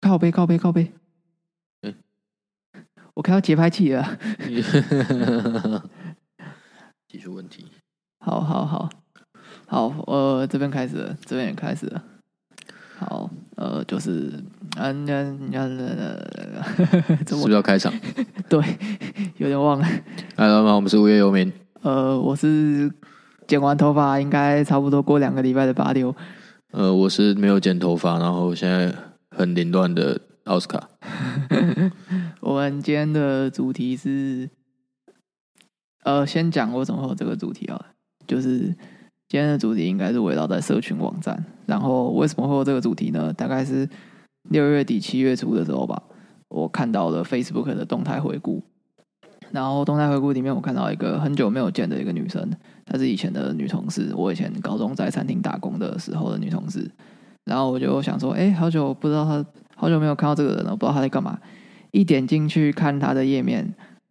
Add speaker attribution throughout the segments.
Speaker 1: 靠背靠背靠背。
Speaker 2: 嗯
Speaker 1: 我开到节拍器了。
Speaker 2: 技术问题。
Speaker 1: 好好好，好，呃，这边开始了，这边也开始了。好，呃，就是，啊，那那那，
Speaker 2: 是
Speaker 1: 怎
Speaker 2: 不
Speaker 1: 么
Speaker 2: 是要开场？
Speaker 1: 对，有点忘了。
Speaker 2: 来，老板，我们是无业游民。
Speaker 1: 呃，我是剪完头发，应该差不多过两个礼拜的八六。
Speaker 2: 呃，我是没有剪头发，然后现在很凌乱的奥斯卡。
Speaker 1: 我们今天的主题是，呃，先讲我怎么会有这个主题啊，就是今天的主题应该是围绕在社群网站。然后为什么会有这个主题呢？大概是六月底七月初的时候吧，我看到了 Facebook 的动态回顾。然后动态回顾里面，我看到一个很久没有见的一个女生，她是以前的女同事，我以前高中在餐厅打工的时候的女同事。然后我就想说，哎，好久不知道她，好久没有看到这个人了，不知道她在干嘛。一点进去看他的页面，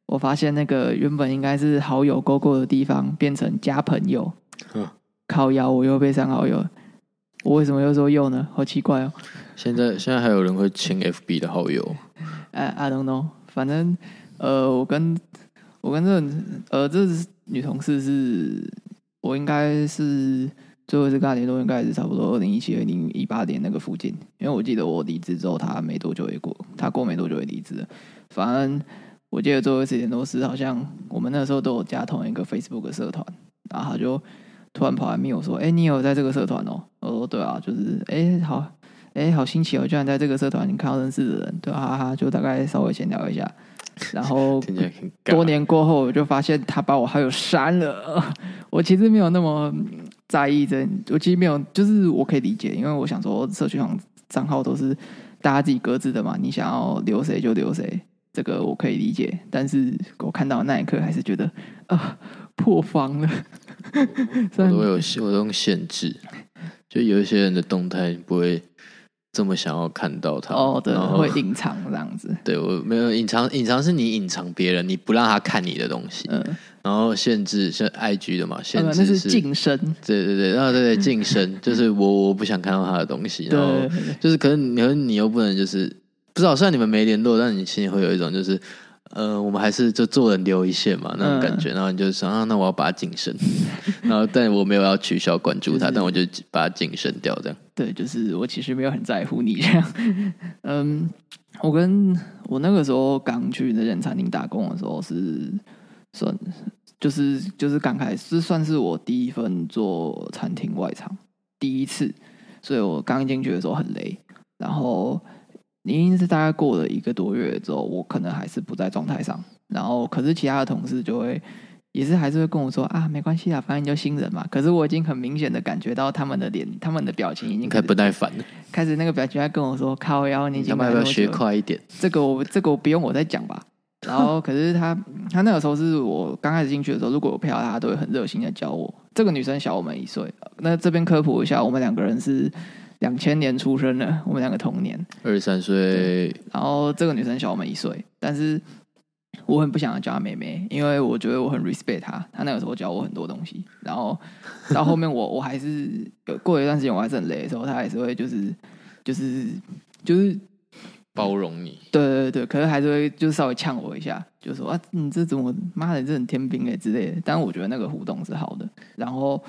Speaker 1: 我发现那个原本应该是好友勾勾的地方，变成加朋友
Speaker 2: 嗯。
Speaker 1: 靠腰，我又被删好友了，我为什么又说又呢？好奇怪哦。
Speaker 2: 现在现在还有人会清 FB 的好友，
Speaker 1: 哎，I don't know，反正呃，我跟我跟这呃这女同事是，我应该是最后一次跟她联络，应该也是差不多二零一七、二零一八年那个附近，因为我记得我离职之后，她没多久也过，她过没多久也离职了。反正我记得最后一次联络是，好像我们那时候都有加同一个 Facebook 的社团，然后她就突然跑来密我说：“哎、你有在这个社团哦？”我说：“对啊，就是哎、好。”哎、好新奇哦！居然在这个社团你看到认识的人，对啊，哈哈，就大概稍微闲聊一下，然后
Speaker 2: 听起来很尬
Speaker 1: 多。年过后，我就发现他把我好友删了。 我其实没有那么嗯在意这，我其实没有，就是我可以理解，因为我想说，社群网账号都是大家自己各自的嘛，你想要留谁就留谁，这个我可以理解。但是我看到那一刻，还是觉得啊、破防了。 虽
Speaker 2: 我
Speaker 1: 然
Speaker 2: 都会有，我都用限制，就有一些人的动态不会这么想要看到他。
Speaker 1: 哦，对，
Speaker 2: 然后
Speaker 1: 会隐藏这样子，
Speaker 2: 对我没有隐藏，隐藏是你隐藏别人，你不让他看你的东西。
Speaker 1: 嗯，
Speaker 2: 然后限制是 IG 的嘛，限
Speaker 1: 呃，那
Speaker 2: 制
Speaker 1: 是晋升，
Speaker 2: 对对对，然后对对 晋升，就是我我不想看到他的东西，
Speaker 1: 对
Speaker 2: 然后
Speaker 1: 对对对
Speaker 2: 就是可能可能你又不能就是不知道，虽然你们没联络，但你心里会有一种就是。呃，我们还是就做人留一线嘛，那种感
Speaker 1: 嗯
Speaker 2: 觉。然后你就想啊，那我要把它晋 升，然后但我没有要取消关注
Speaker 1: 就
Speaker 2: 他，
Speaker 1: 是
Speaker 2: 但我就把它晋升掉，这样。
Speaker 1: 对，就是我其实没有很在乎你这样。嗯，我跟我那个时候刚去那间餐厅打工的时候是算就是就是刚开始是算是我第一份做餐厅外场第一次，所以我刚进去的时候很累，然后已经是大概过了一个多月之后，我可能还是不在状态上，然后可是其他的同事就会。也是还是会跟我说啊，没关系啊，反正你就新人嘛。可是我已经很明显的感觉到他们的脸、他们的表情已经
Speaker 2: 你
Speaker 1: 开
Speaker 2: 开
Speaker 1: 始
Speaker 2: 始不耐烦了，
Speaker 1: 开始那个表情在跟我说：“靠腰，你已
Speaker 2: 你
Speaker 1: 经
Speaker 2: 要不要
Speaker 1: 来
Speaker 2: 不要
Speaker 1: 那么
Speaker 2: 学
Speaker 1: 久了
Speaker 2: 快一点？
Speaker 1: 这个我这个我不用我再讲吧。然后可是他他那个时候是我刚开始进去的时候，如果有配到他，都会很热心的教我。这个女生小我们一岁，那这边科普一下，我们两个人是两千年出生的，我们两个同年。
Speaker 2: 二十三岁，
Speaker 1: 然后这个女生小我们一岁，但是我很不想要叫她妹妹，因为我觉得我很 respect 她，她那个时候教我很多东西。然后到后面我我还是有过一段时间我还是很累的时候，她还是会就是就是就是
Speaker 2: 包容你，
Speaker 1: 对对对，可是还是会就稍微呛我一下，就说啊，你这怎么妈的，你这很天兵哎之类的。但是我觉得那个互动是好的，然后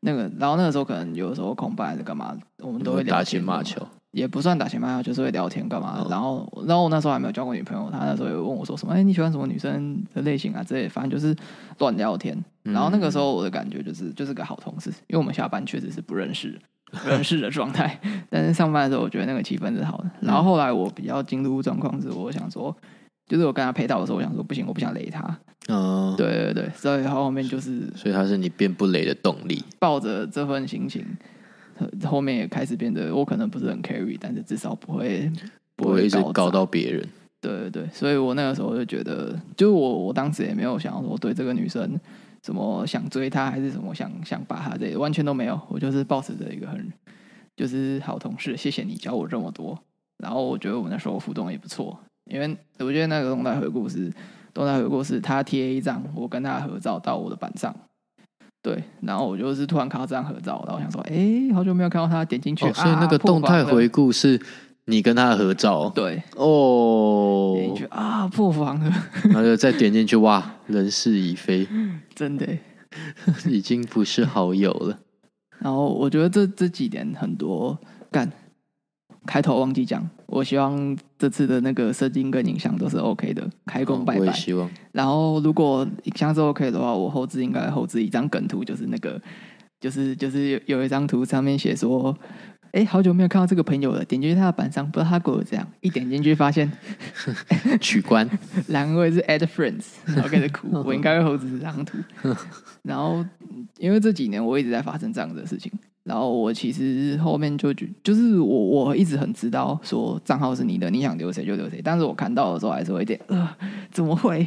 Speaker 1: 那个，然后那个时候可能有时候空白还是干嘛，我们都会聊
Speaker 2: 打
Speaker 1: 天
Speaker 2: 情骂球。
Speaker 1: 也不算打情骂俏，就是会聊天干嘛。
Speaker 2: 哦
Speaker 1: 然后，然后我那时候还没有交过女朋友，他那时候有问我说什么，哎、你喜欢什么女生的类型啊之类的，反正就是乱聊天。然后那个时候我的感觉就是，就是个好同事，因为我们下班确实是不认识、不认识的状态， 但是上班的时候我觉得那个气氛是好的。然后后来我比较进入状况是，我想说，就是我跟他配套的时候，我想说不行，我不想雷他。
Speaker 2: 嗯，对，
Speaker 1: 对对对，所以后面就是
Speaker 2: 所以他是你变不累的动力。
Speaker 1: 抱着这份心情，呃后面也开始变得我可能不是很 carry，但是至少不会
Speaker 2: 不会一直搞
Speaker 1: 搞
Speaker 2: 到别人。
Speaker 1: 对对对，所以我那个时候就觉得，就是我我当时也没有想要说对这个女生什么想追她还是什么想想把她这完全都没有，我就是保持着一个很就是好同事，谢谢你教我这么多。然后我觉得我们那时候互动也不错，因为我觉得那个动态回顾是动态回顾是她贴一张我跟她的合照到我的板上。对，然后我就是突然看到这张合照，然后我想说，哎，好久没有看到她，点进去，
Speaker 2: 哦，所以那
Speaker 1: 啊
Speaker 2: 个动态，
Speaker 1: 破防了
Speaker 2: 回顾是你跟他的合照
Speaker 1: 对，
Speaker 2: 哦，
Speaker 1: 点进去 啊，破防了，
Speaker 2: 然后就再点进去，哇，人事已非，
Speaker 1: 真的耶。
Speaker 2: 已经不是好友了。
Speaker 1: 然后我觉得这这几点很多干，开头忘记讲，我希望这次的那个设定跟影像都是 OK 的，开工拜
Speaker 2: 哦
Speaker 1: 拜
Speaker 2: 我也。希望
Speaker 1: 然后如果影像是 OK 的话，我后置应该后置一张梗图，就是那个，就是就是有有一张图上面写说，哎，好久没有看到这个朋友了，点进去他的板上，不知道他给我这样，一点进去发现
Speaker 2: 取关，
Speaker 1: 然后是 add friends，然后开始
Speaker 2: 嗯
Speaker 1: 哭，我应该会猴子这张图。然后因为这几年我一直在发生这样的事情，然后我其实后面就觉就是我我一直很知道说账号是你的，你想留谁就留谁，但是我看到的时候还是会有点呃怎么会？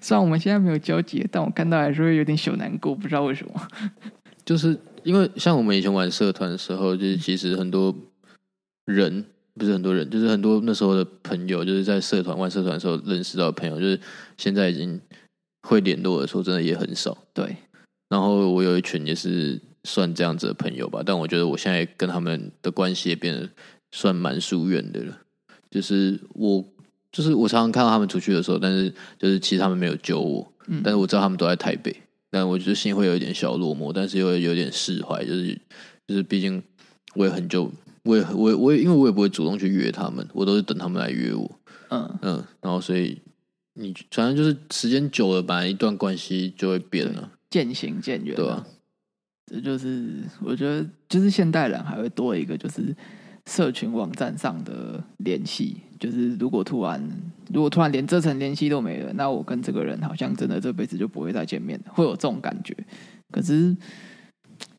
Speaker 1: 虽然我们现在没有交集，但我看到还是会有点小难过，不知道为什么。
Speaker 2: 就是因为像我们以前玩社团的时候，就是其实很多人不是很多人，就是很多那时候的朋友，就是在社团玩社团的时候认识到的朋友，就是现在已经会联络的，说真的也很少。
Speaker 1: 对，
Speaker 2: 然后我有一群也是算这样子的朋友吧，但我觉得我现在跟他们的关系也变得算蛮疏远的了。就是我，就是我常常看到他们出去的时候，但是就是其实他们没有揪我，
Speaker 1: 嗯
Speaker 2: 但是我知道他们都在台北，但我觉得心里会有一点小落寞，但是又有点释怀，就是就是毕竟我也很久，我也我也我也因为我也不会主动去约他们，我都是等他们来约我，
Speaker 1: 嗯，
Speaker 2: 嗯，然后所以你反正就是时间久了，本来一段关系就会变了，
Speaker 1: 渐行渐远、
Speaker 2: 对吧、啊？
Speaker 1: 这就是我觉得，就是现代人还会多一个，就是社群网站上的联系。就是如果突然，如果突然连这层联系都没了，那我跟这个人好像真的这辈子就不会再见面了，会有这种感觉。可是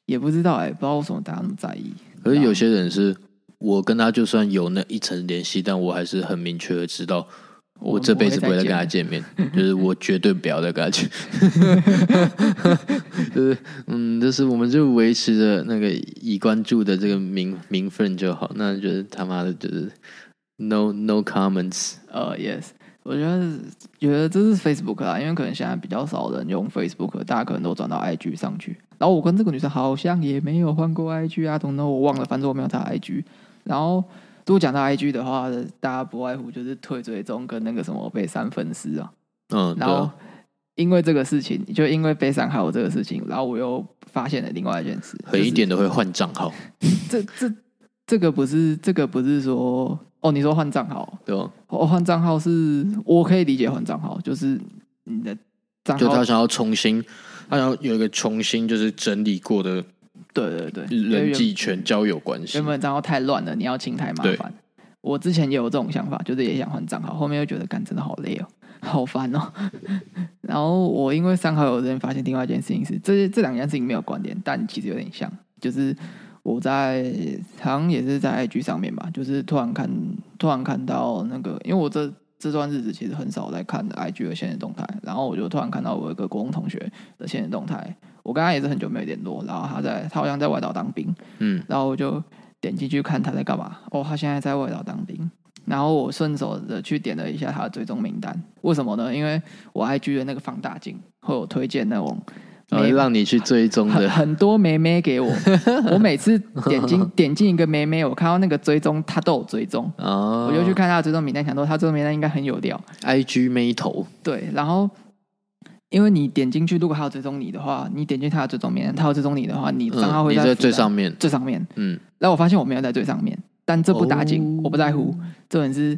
Speaker 1: 也不知道哎、不知道为什么大家那么在意。
Speaker 2: 可是有些人是我跟他就算有那一层联系，但我还是很明确的知道，我
Speaker 1: 们
Speaker 2: 这辈子不
Speaker 1: 不
Speaker 2: 会
Speaker 1: 会
Speaker 2: 再
Speaker 1: 再
Speaker 2: 跟他 见面，就是我绝对不要再跟他见。就是嗯，就是我们就维持着那个已关注的这个名名分就好。那就是他妈的，就是 no no comments。
Speaker 1: 呃，yes，我觉得觉得这是 Facebook 啦，因为可能现在比较少人用 Facebook，大家可能都转到 IG 上去。然后我跟这个女生好像也没有换过 IG 啊，等等，我忘了，反正我没有她的 IG。然后如果讲到 IG 的话，大家不外乎就是退追踪跟那个什么被删粉丝啊。
Speaker 2: 嗯，对
Speaker 1: 然后
Speaker 2: 啊，
Speaker 1: 因为这个事情，就因为被删害我这个事情，然后我又发现了另外一件事，
Speaker 2: 狠一点的会换账号，
Speaker 1: 就是这这这个不是这个不是说哦，你说换账号，
Speaker 2: 对吧？
Speaker 1: 我哦换账号是我可以理解换账号，就是你的账
Speaker 2: 就他
Speaker 1: 号，
Speaker 2: 想要重新，他想要有一个重新就是整理过的
Speaker 1: 对对对，因为
Speaker 2: 人
Speaker 1: 原
Speaker 2: 际圈交友关系
Speaker 1: 原。本账号太乱了，你要清太麻烦。我之前也有这种想法，就是也想换账号，后面又觉得干真的好累哦，好烦哦。 然后我因为三好友这边发现另外一件事情是，这这两件事情没有关联，但其实有点像，就是我在好像也是在 IG 上面吧，就是突然看突然看到那个，因为我这这段日子其实很少在看 IG 的现实动态，然后我就突然看到我有一个国中同学的现实动态，我跟他也是很久没有联络，然后他在他好像在外岛当兵，
Speaker 2: 嗯，
Speaker 1: 然后我就点进去看他在干嘛。哦，他现在在外岛当兵。然后我顺手的去点了一下他的追踪名单，为什么呢？因为我 IG 的那个放大镜会有推荐那种
Speaker 2: 呃，
Speaker 1: 妹
Speaker 2: 让你去追踪
Speaker 1: 很
Speaker 2: 的，
Speaker 1: 很多妹妹 给我，我每次点进 点进一个妹妹，我看到那个追踪，她都有追踪，
Speaker 2: 哦，
Speaker 1: 我就去看她的追踪名单，想说她追踪名单应该很有料。
Speaker 2: IG 妹头，
Speaker 1: 对，然后因为你点进去，如果她有追踪你的话，你点进她的追踪名单，她有追踪你的话，你账号
Speaker 2: 嗯，
Speaker 1: 会
Speaker 2: 你
Speaker 1: 在
Speaker 2: 在
Speaker 1: 附啊
Speaker 2: 最
Speaker 1: 带
Speaker 2: 上面，
Speaker 1: 最上面，
Speaker 2: 嗯，
Speaker 1: 然后我发现我没有在最上面，但这不打紧，
Speaker 2: 哦
Speaker 1: 我不在乎。重点是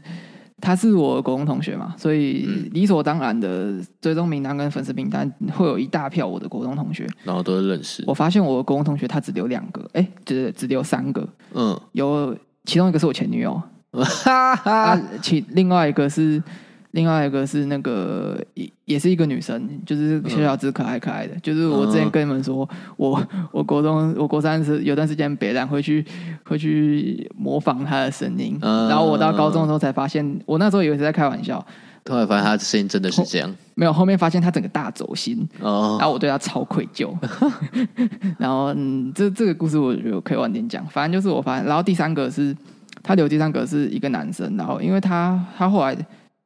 Speaker 1: 他是我国中同学嘛，所以理所当然的追踪名单跟粉丝名单会有一大票我的国中同学。
Speaker 2: 然后都是认识，
Speaker 1: 我发现我的国中同学他只留两个，哎，只只留三个，
Speaker 2: 嗯，
Speaker 1: 有其中一个是我前女友，
Speaker 2: 哈
Speaker 1: 啊
Speaker 2: 哈，，
Speaker 1: 其另外一个是。另外一个是那个也也是一个女生，就是小小只可爱可爱的，就是我之前跟你们说，我我国中我国三是有段时间北兰会去会去模仿她的声音，
Speaker 2: 嗯
Speaker 1: 然后我到高中的时候才发现，我那时候以为是在开玩笑，
Speaker 2: 突然发现他的声音真的是这样，
Speaker 1: 没有后面发现她整个大走心，然
Speaker 2: 哦，
Speaker 1: 后我对她超愧疚， 然后嗯，这这个故事我觉得我可以晚点讲，反正就是我发现，然后第三个是他留第三个是一个男生，然后因为他他后来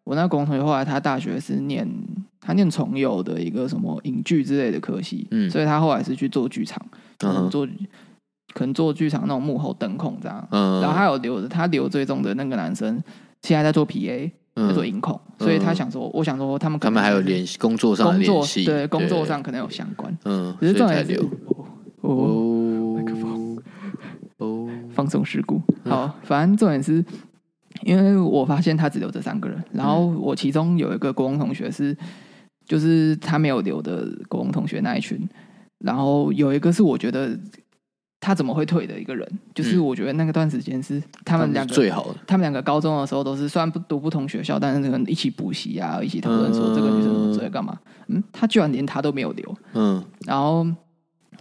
Speaker 1: 我那个共同同学后来他大学是念他念重友的一个什么影剧之类的科系，
Speaker 2: 嗯
Speaker 1: 所以他后来是去做剧场，
Speaker 2: 嗯哼
Speaker 1: 做可能做剧场那种幕后灯控这样。
Speaker 2: 嗯，
Speaker 1: 然后他有留着，他留追踪的那个男生，现在在做 PA，在做
Speaker 2: 嗯
Speaker 1: 影控，
Speaker 2: 嗯
Speaker 1: 所以他想说，我想说他们可
Speaker 2: 他
Speaker 1: 能
Speaker 2: 们还有
Speaker 1: 就是
Speaker 2: 联系，工作上的
Speaker 1: 工
Speaker 2: 联
Speaker 1: 作
Speaker 2: 系，
Speaker 1: 对工作上，可能有相关，
Speaker 2: 嗯，
Speaker 1: 只是
Speaker 2: 所
Speaker 1: 重
Speaker 2: 以才
Speaker 1: 点是
Speaker 2: 留。
Speaker 1: 哦
Speaker 2: 哦，
Speaker 1: 克风
Speaker 2: 哦，
Speaker 1: 放松事故。
Speaker 2: 嗯
Speaker 1: 好，反正重点是，因为我发现他只留这三个人，然
Speaker 2: 嗯
Speaker 1: 后我其中有一个国中同学是，就是他没有留的国中同学那一群，然后有一个是我觉得。他怎么会退的一个人？就是
Speaker 2: 嗯
Speaker 1: 我觉得那个段时间是他
Speaker 2: 他
Speaker 1: 们
Speaker 2: 是
Speaker 1: 两个
Speaker 2: 最好的，
Speaker 1: 他们两个高中的时候都是虽然不读不同学校，但是可能一起补习啊，一起讨论说这个女生最近干嘛。嗯，他居然连他都没有留，
Speaker 2: 嗯
Speaker 1: 然后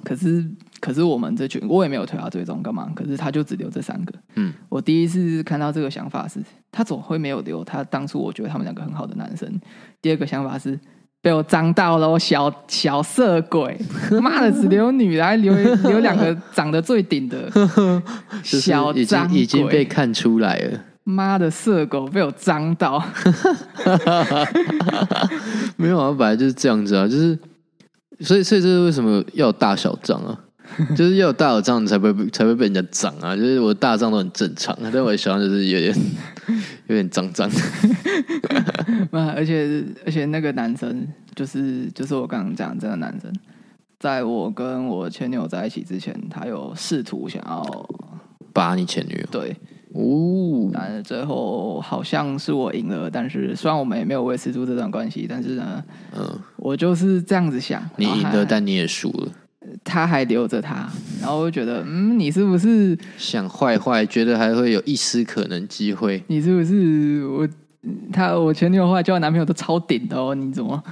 Speaker 1: 可是可是我们这群我也没有推他追踪干嘛，可是他就只留这三个。
Speaker 2: 嗯，
Speaker 1: 我第一次看到这个想法是，他怎么会没有留他当初我觉得他们两个很好的男生？第二个想法是。被我脏到了，我小小色 鬼，妈的，只留女的，还留一留两个长得最顶的
Speaker 2: 就是
Speaker 1: 小
Speaker 2: 已
Speaker 1: 脏
Speaker 2: 经已经
Speaker 1: 鬼
Speaker 2: 被看出来了，
Speaker 1: 妈的色狗被我脏到，
Speaker 2: 没有啊，本来就是这样子啊，就是，所以所以这是为什么要有大小账啊？ 就是要有大小账你才不会被才会被人家脏啊，就是我的大账都很正常，啊但我的小账就是有点 有点脏脏的。
Speaker 1: 那而且而且那个男生就是就是我刚刚讲的这个男生，在我跟我前女友在一起之前，他有试图想要
Speaker 2: 把你前女友
Speaker 1: 对，
Speaker 2: 哦，
Speaker 1: 但是最后好像是我赢了。但是虽然我们也没有维持住这段关系，但是呢，
Speaker 2: 嗯，
Speaker 1: 我就是这样子想，
Speaker 2: 你赢
Speaker 1: 然后
Speaker 2: 了，
Speaker 1: 还
Speaker 2: 但你也输了，
Speaker 1: 他还留着他，然后我就觉得，嗯，你是不是
Speaker 2: 想坏坏，觉得还会有一丝可能机会，
Speaker 1: 你是不是我？他我前女友后来交的男朋友都超顶的哦，你怎么？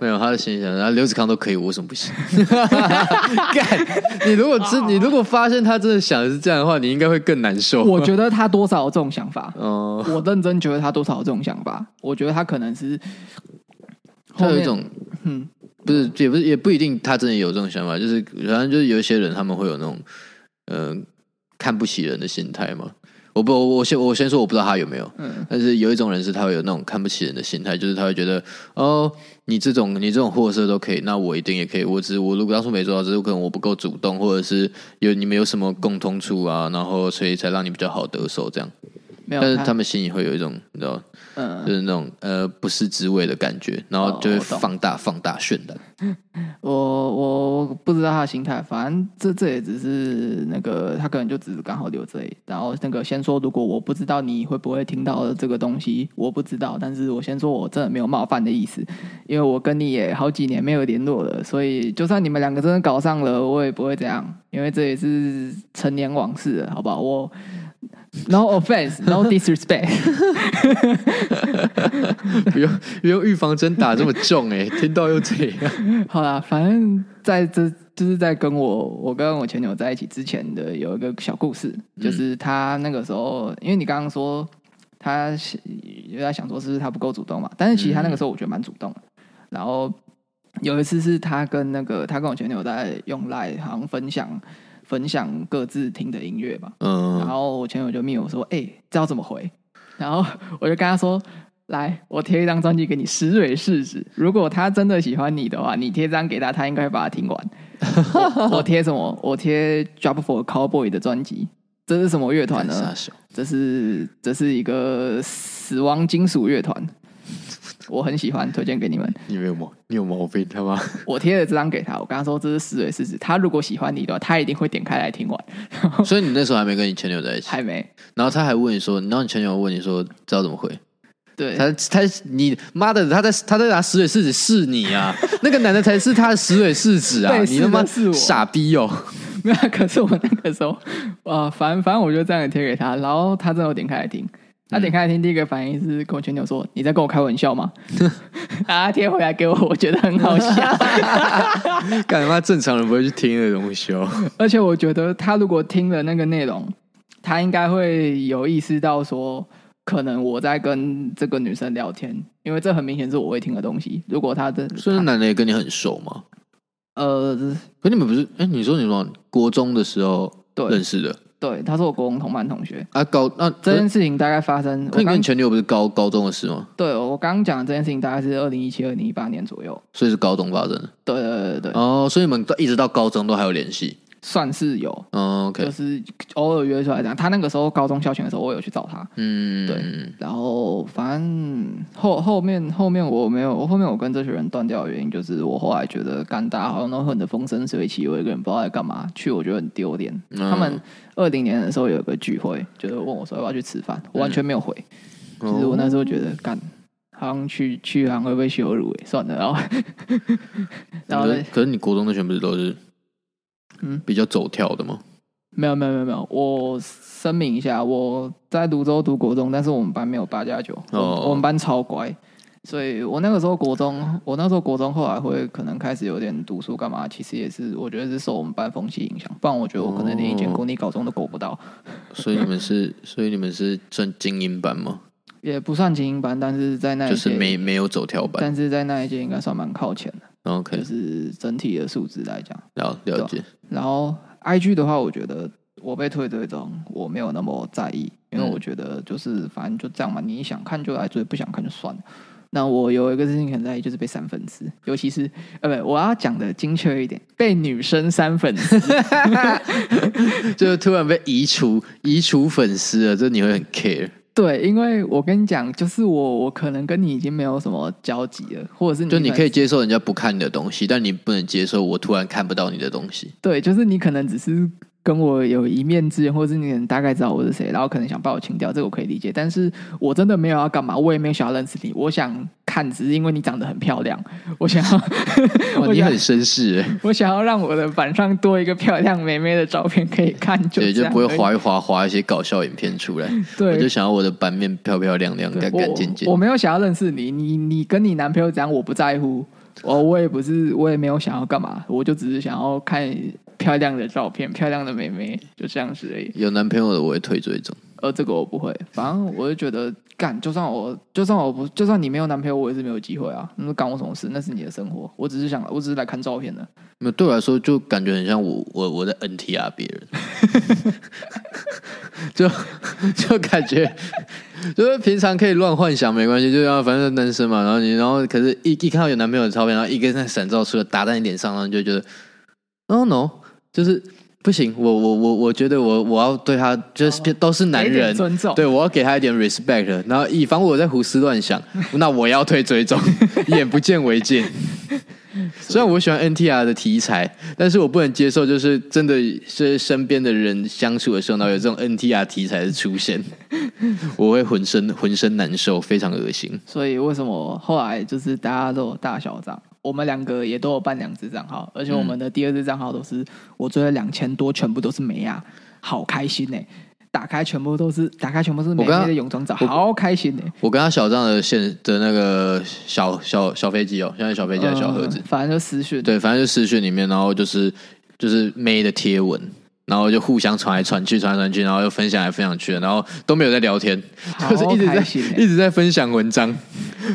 Speaker 2: 没有，他就心里想，然后刘子康都可以，我为什么不行？ 干，你如果真，你如果发现他真的想的是这样的话，你应该会更难受。
Speaker 1: 我觉得他多少有这种想法，
Speaker 2: 哦，
Speaker 1: 我认真觉得他多少有这种想法，我觉得他可能是
Speaker 2: 他有
Speaker 1: 后
Speaker 2: 一
Speaker 1: 面
Speaker 2: 种
Speaker 1: 嗯，
Speaker 2: 不是，也不是，也不一定，他真的有这种想法，就是反正就是有一些人，他们会有那种呃看不起人的心态嘛。我不，我我先我先说，我不知道他有没有，
Speaker 1: 嗯
Speaker 2: 但是有一种人是他会有那种看不起人的心态，就是他会觉得哦，你这种你这种货色都可以，那我一定也可以。我只我如果当初没做到，只是可能我不够主动，或者是有你们有什么共通处啊，然后所以才让你比较好得手这样。
Speaker 1: 没有，
Speaker 2: 但是呃他们心里会有一种你知道，就
Speaker 1: 嗯，
Speaker 2: 是那种呃不是滋味的感觉，然后就
Speaker 1: 哦
Speaker 2: 会
Speaker 1: 我懂
Speaker 2: 放大放大渲染。
Speaker 1: 我我我不知道他的心态，反正这这也只是那个他可能就只是刚好留这里，然后那个先说，如果我不知道你会不会听到这个东西，我不知道，但是我先说我真的没有冒犯的意思，因为我跟你也好几年没有联络了，所以就算你们两个真的搞上了，我也不会这样，因为这也是陈年往事了，好不好？ 我 no offense, no disrespect。
Speaker 2: 不用不用预防针打这么重 哎、听到又这样。
Speaker 1: 好啦，反正在这就是在跟我我跟我前女友在一起之前的有一个小故事，就是她那个时候，因为你刚刚说她有在想说是不是她不够主动嘛，但是其实她那个时候我觉得蛮主动的。然后有一次是她跟那个她跟我前女友在用 Line 好像分享分享各自听的音乐吧，然
Speaker 2: 嗯，
Speaker 1: 后我前女友就密我说：“哎、这要怎么回？”然后我就跟她说：“来，我贴一张专辑给你，石蕊试试。如果她真的喜欢你的话，你贴张给她，她应该会把它听完。 我”我贴什么？我贴《Job for Cowboy》的专辑。这是什么乐团呢
Speaker 2: 傻？笑
Speaker 1: 这是这是一个死亡金属乐团，我很喜欢，推荐给你们。
Speaker 2: 你没有毛，你有毛病他妈！
Speaker 1: 我贴了这张给她，我跟她说这是石蕊试试。她如果喜欢你的话，她一定会点开来听完。
Speaker 2: 所以你那时候还没跟你前女友在一起，
Speaker 1: 还没，
Speaker 2: 然后他还问你说，然后你前女友问你说，知道怎么回？
Speaker 1: 对，
Speaker 2: 他他你妈的，他在他在拿石蕊试纸试你 啊！那个男的才是他的石蕊试纸啊！
Speaker 1: 对
Speaker 2: 你他妈
Speaker 1: 是的是我
Speaker 2: 傻逼哦！
Speaker 1: 没有， 可是我那个时候，啊，反正反正我就这样贴给他，然后他真的有点开来听。他点开来听，第一个反应是跟我前女友说：“你在跟我开玩笑吗？” 啊，贴回来给我，我觉得很好 笑。
Speaker 2: 干他妈正常人不会去听的东西哦。
Speaker 1: 而且我觉得他如果听了那个内容，他应该会有意识到说，可能我在跟这个女生聊天，因为这很明显是我会听的东西。如果他的，
Speaker 2: 所以那男的也跟你很熟吗？
Speaker 1: 呃，
Speaker 2: 可你们不是？哎，你说你们国中的时候认
Speaker 1: 对
Speaker 2: 识的
Speaker 1: 对，他是我国中同班同学。
Speaker 2: 啊？高那
Speaker 1: 这
Speaker 2: 可
Speaker 1: 件事情大概发生，
Speaker 2: 可
Speaker 1: 我
Speaker 2: 你跟
Speaker 1: 刚
Speaker 2: 你前女友不是高高中的事吗？
Speaker 1: 对我刚刚讲的这件事情大概是二零一七、二零一八年左右。
Speaker 2: 所以是高中发生的哦
Speaker 1: 对对对对，
Speaker 2: 哦，所以你们到一直到高中都还有联系。
Speaker 1: 算是有，
Speaker 2: 嗯，OK，
Speaker 1: 就是偶尔约出来这样。他那个时候高中校选的时候，我有去找他，
Speaker 2: 嗯，
Speaker 1: 对然后反正后后面后面我没有，后面我跟这些人断掉的原因就是我后来觉得干大家好像都混得风生水起，我一个人不知道在干嘛，去我觉得很丢脸。
Speaker 2: 嗯
Speaker 1: 他们二零年的时候有个聚会，就是问我说要不要去吃饭，我完全没有回。其
Speaker 2: 哦
Speaker 1: 实我那时候觉得干。好像去去好像会被羞辱诶，算了，然后 然后
Speaker 2: 可
Speaker 1: 呢
Speaker 2: 是可是你国中那群不是都是
Speaker 1: 嗯
Speaker 2: 比较走跳 的吗？
Speaker 1: 没有没有没有没有，我声明一下，我在泸州读国中，但是我们班没有八加九，我
Speaker 2: 哦
Speaker 1: 我们班超乖，所以我那个时候国中，我那时候国中后来会可能开始有点读书干嘛，其实也是我觉得是受我们班风气影响，不然我觉得我可能连一间
Speaker 2: 哦
Speaker 1: 公立高中都够不到，
Speaker 2: 所以你们是所以你们是算精英班吗？
Speaker 1: 也不算精英班，但是在那一
Speaker 2: 就是
Speaker 1: 届，
Speaker 2: 没没有走跳班哦
Speaker 1: 但是在那一届应该算蛮靠前的，就
Speaker 2: ？OK，
Speaker 1: 是啊整体的素质来讲。
Speaker 2: 了了解，
Speaker 1: 然后 IG 的话，我觉得我被推这种我没有那么在意，因为
Speaker 2: 嗯
Speaker 1: 我觉得就是反正就这样嘛，你想看就来追，不想看就算了。那我有一个事情很在意，就是被删粉丝， 尤其是呃，不，我要讲的精确一点，被女生删粉丝，
Speaker 2: 就是突然被移除移除粉丝了，这你会很 care。
Speaker 1: 对，因为我跟你讲，就是我我可能跟你已经没有什么交集了，或者是
Speaker 2: 就你可以
Speaker 1: 以
Speaker 2: 接受人家不看你的东西，但你不能接受我突然看不到你的东西。
Speaker 1: 对，就是你可能只是跟我有一面之缘，或者是你可能大概知道我是谁，然后可能想把我清掉，这个我可以理解。但是我真的没有要干嘛，我也没有想要认识你，我想看只是因为你长得很漂亮，我想要
Speaker 2: 哇，
Speaker 1: 我
Speaker 2: 你
Speaker 1: 想
Speaker 2: 很绅士哎，
Speaker 1: 我想要让我的板上多一个漂亮妹妹的照片可以看， 就
Speaker 2: 对，
Speaker 1: 这
Speaker 2: 就
Speaker 1: 样
Speaker 2: 不会
Speaker 1: 而已
Speaker 2: 划一划划一些搞笑影片出来。我就
Speaker 1: 对。
Speaker 2: 想要我的版面漂漂亮亮、干干净净
Speaker 1: 我，我。没有想要认识你，你你跟你男朋友怎样我不在乎，我我也不是我也没有想要干嘛，我就只是想要看漂亮的照片、漂亮的妹妹，就这样子而已。
Speaker 2: 有男朋友的我会退追踪。
Speaker 1: 呃，这个我不会，反正我就觉得干，就算我就算我不就算你没有男朋友，我也是没有机会啊。那干我什么事？那是你的生活，我只是想，我只是来看照片的。
Speaker 2: 那对我来说，就感觉很像我我我在 NTR 别人， 就就感觉就是平常可以乱幻想没关系，就要反正单身嘛。然后你然后可是一一看到有男朋友的照片，然后一个在闪照出来打在你脸上，然后你就觉得，Oh no，就是不行，我我我我觉得我我要对他就是
Speaker 1: 哦
Speaker 2: 都是男
Speaker 1: 给一点
Speaker 2: 人，
Speaker 1: 尊重，
Speaker 2: 对，我要给他一点 respect，然后以防我在胡思乱想，那我要退追踪，眼不见为净。虽然我喜欢 NTR 的题材，但是我不能接受，就是真的是身边的人相处的时候，然后有这种 NTR 题材的出现，我会浑身浑身难受，非常恶心。
Speaker 1: 所以为什么后来就是大家都有大小账，我们两个也都有办两只账号，而且我们
Speaker 2: 嗯
Speaker 1: 的第二只账号都是我追了两千多，全部都是美亚，好开心呢、打开全部都是，打开全部是美
Speaker 2: 我刚
Speaker 1: 丽的泳装照，
Speaker 2: 我
Speaker 1: 好开心欸呢、
Speaker 2: 我跟他小张的现的那个小小小飞机哦，现在小飞机还是小盒子
Speaker 1: 嗯，反正就私讯，
Speaker 2: 对，反正就私讯里面，然后就是就是妹的贴文，然后就互相传来传去，传来传去，然后又分享来分享去，然后都没有在聊天，
Speaker 1: 好
Speaker 2: 就是一直在
Speaker 1: 开心、欸
Speaker 2: 一。直在分享文章，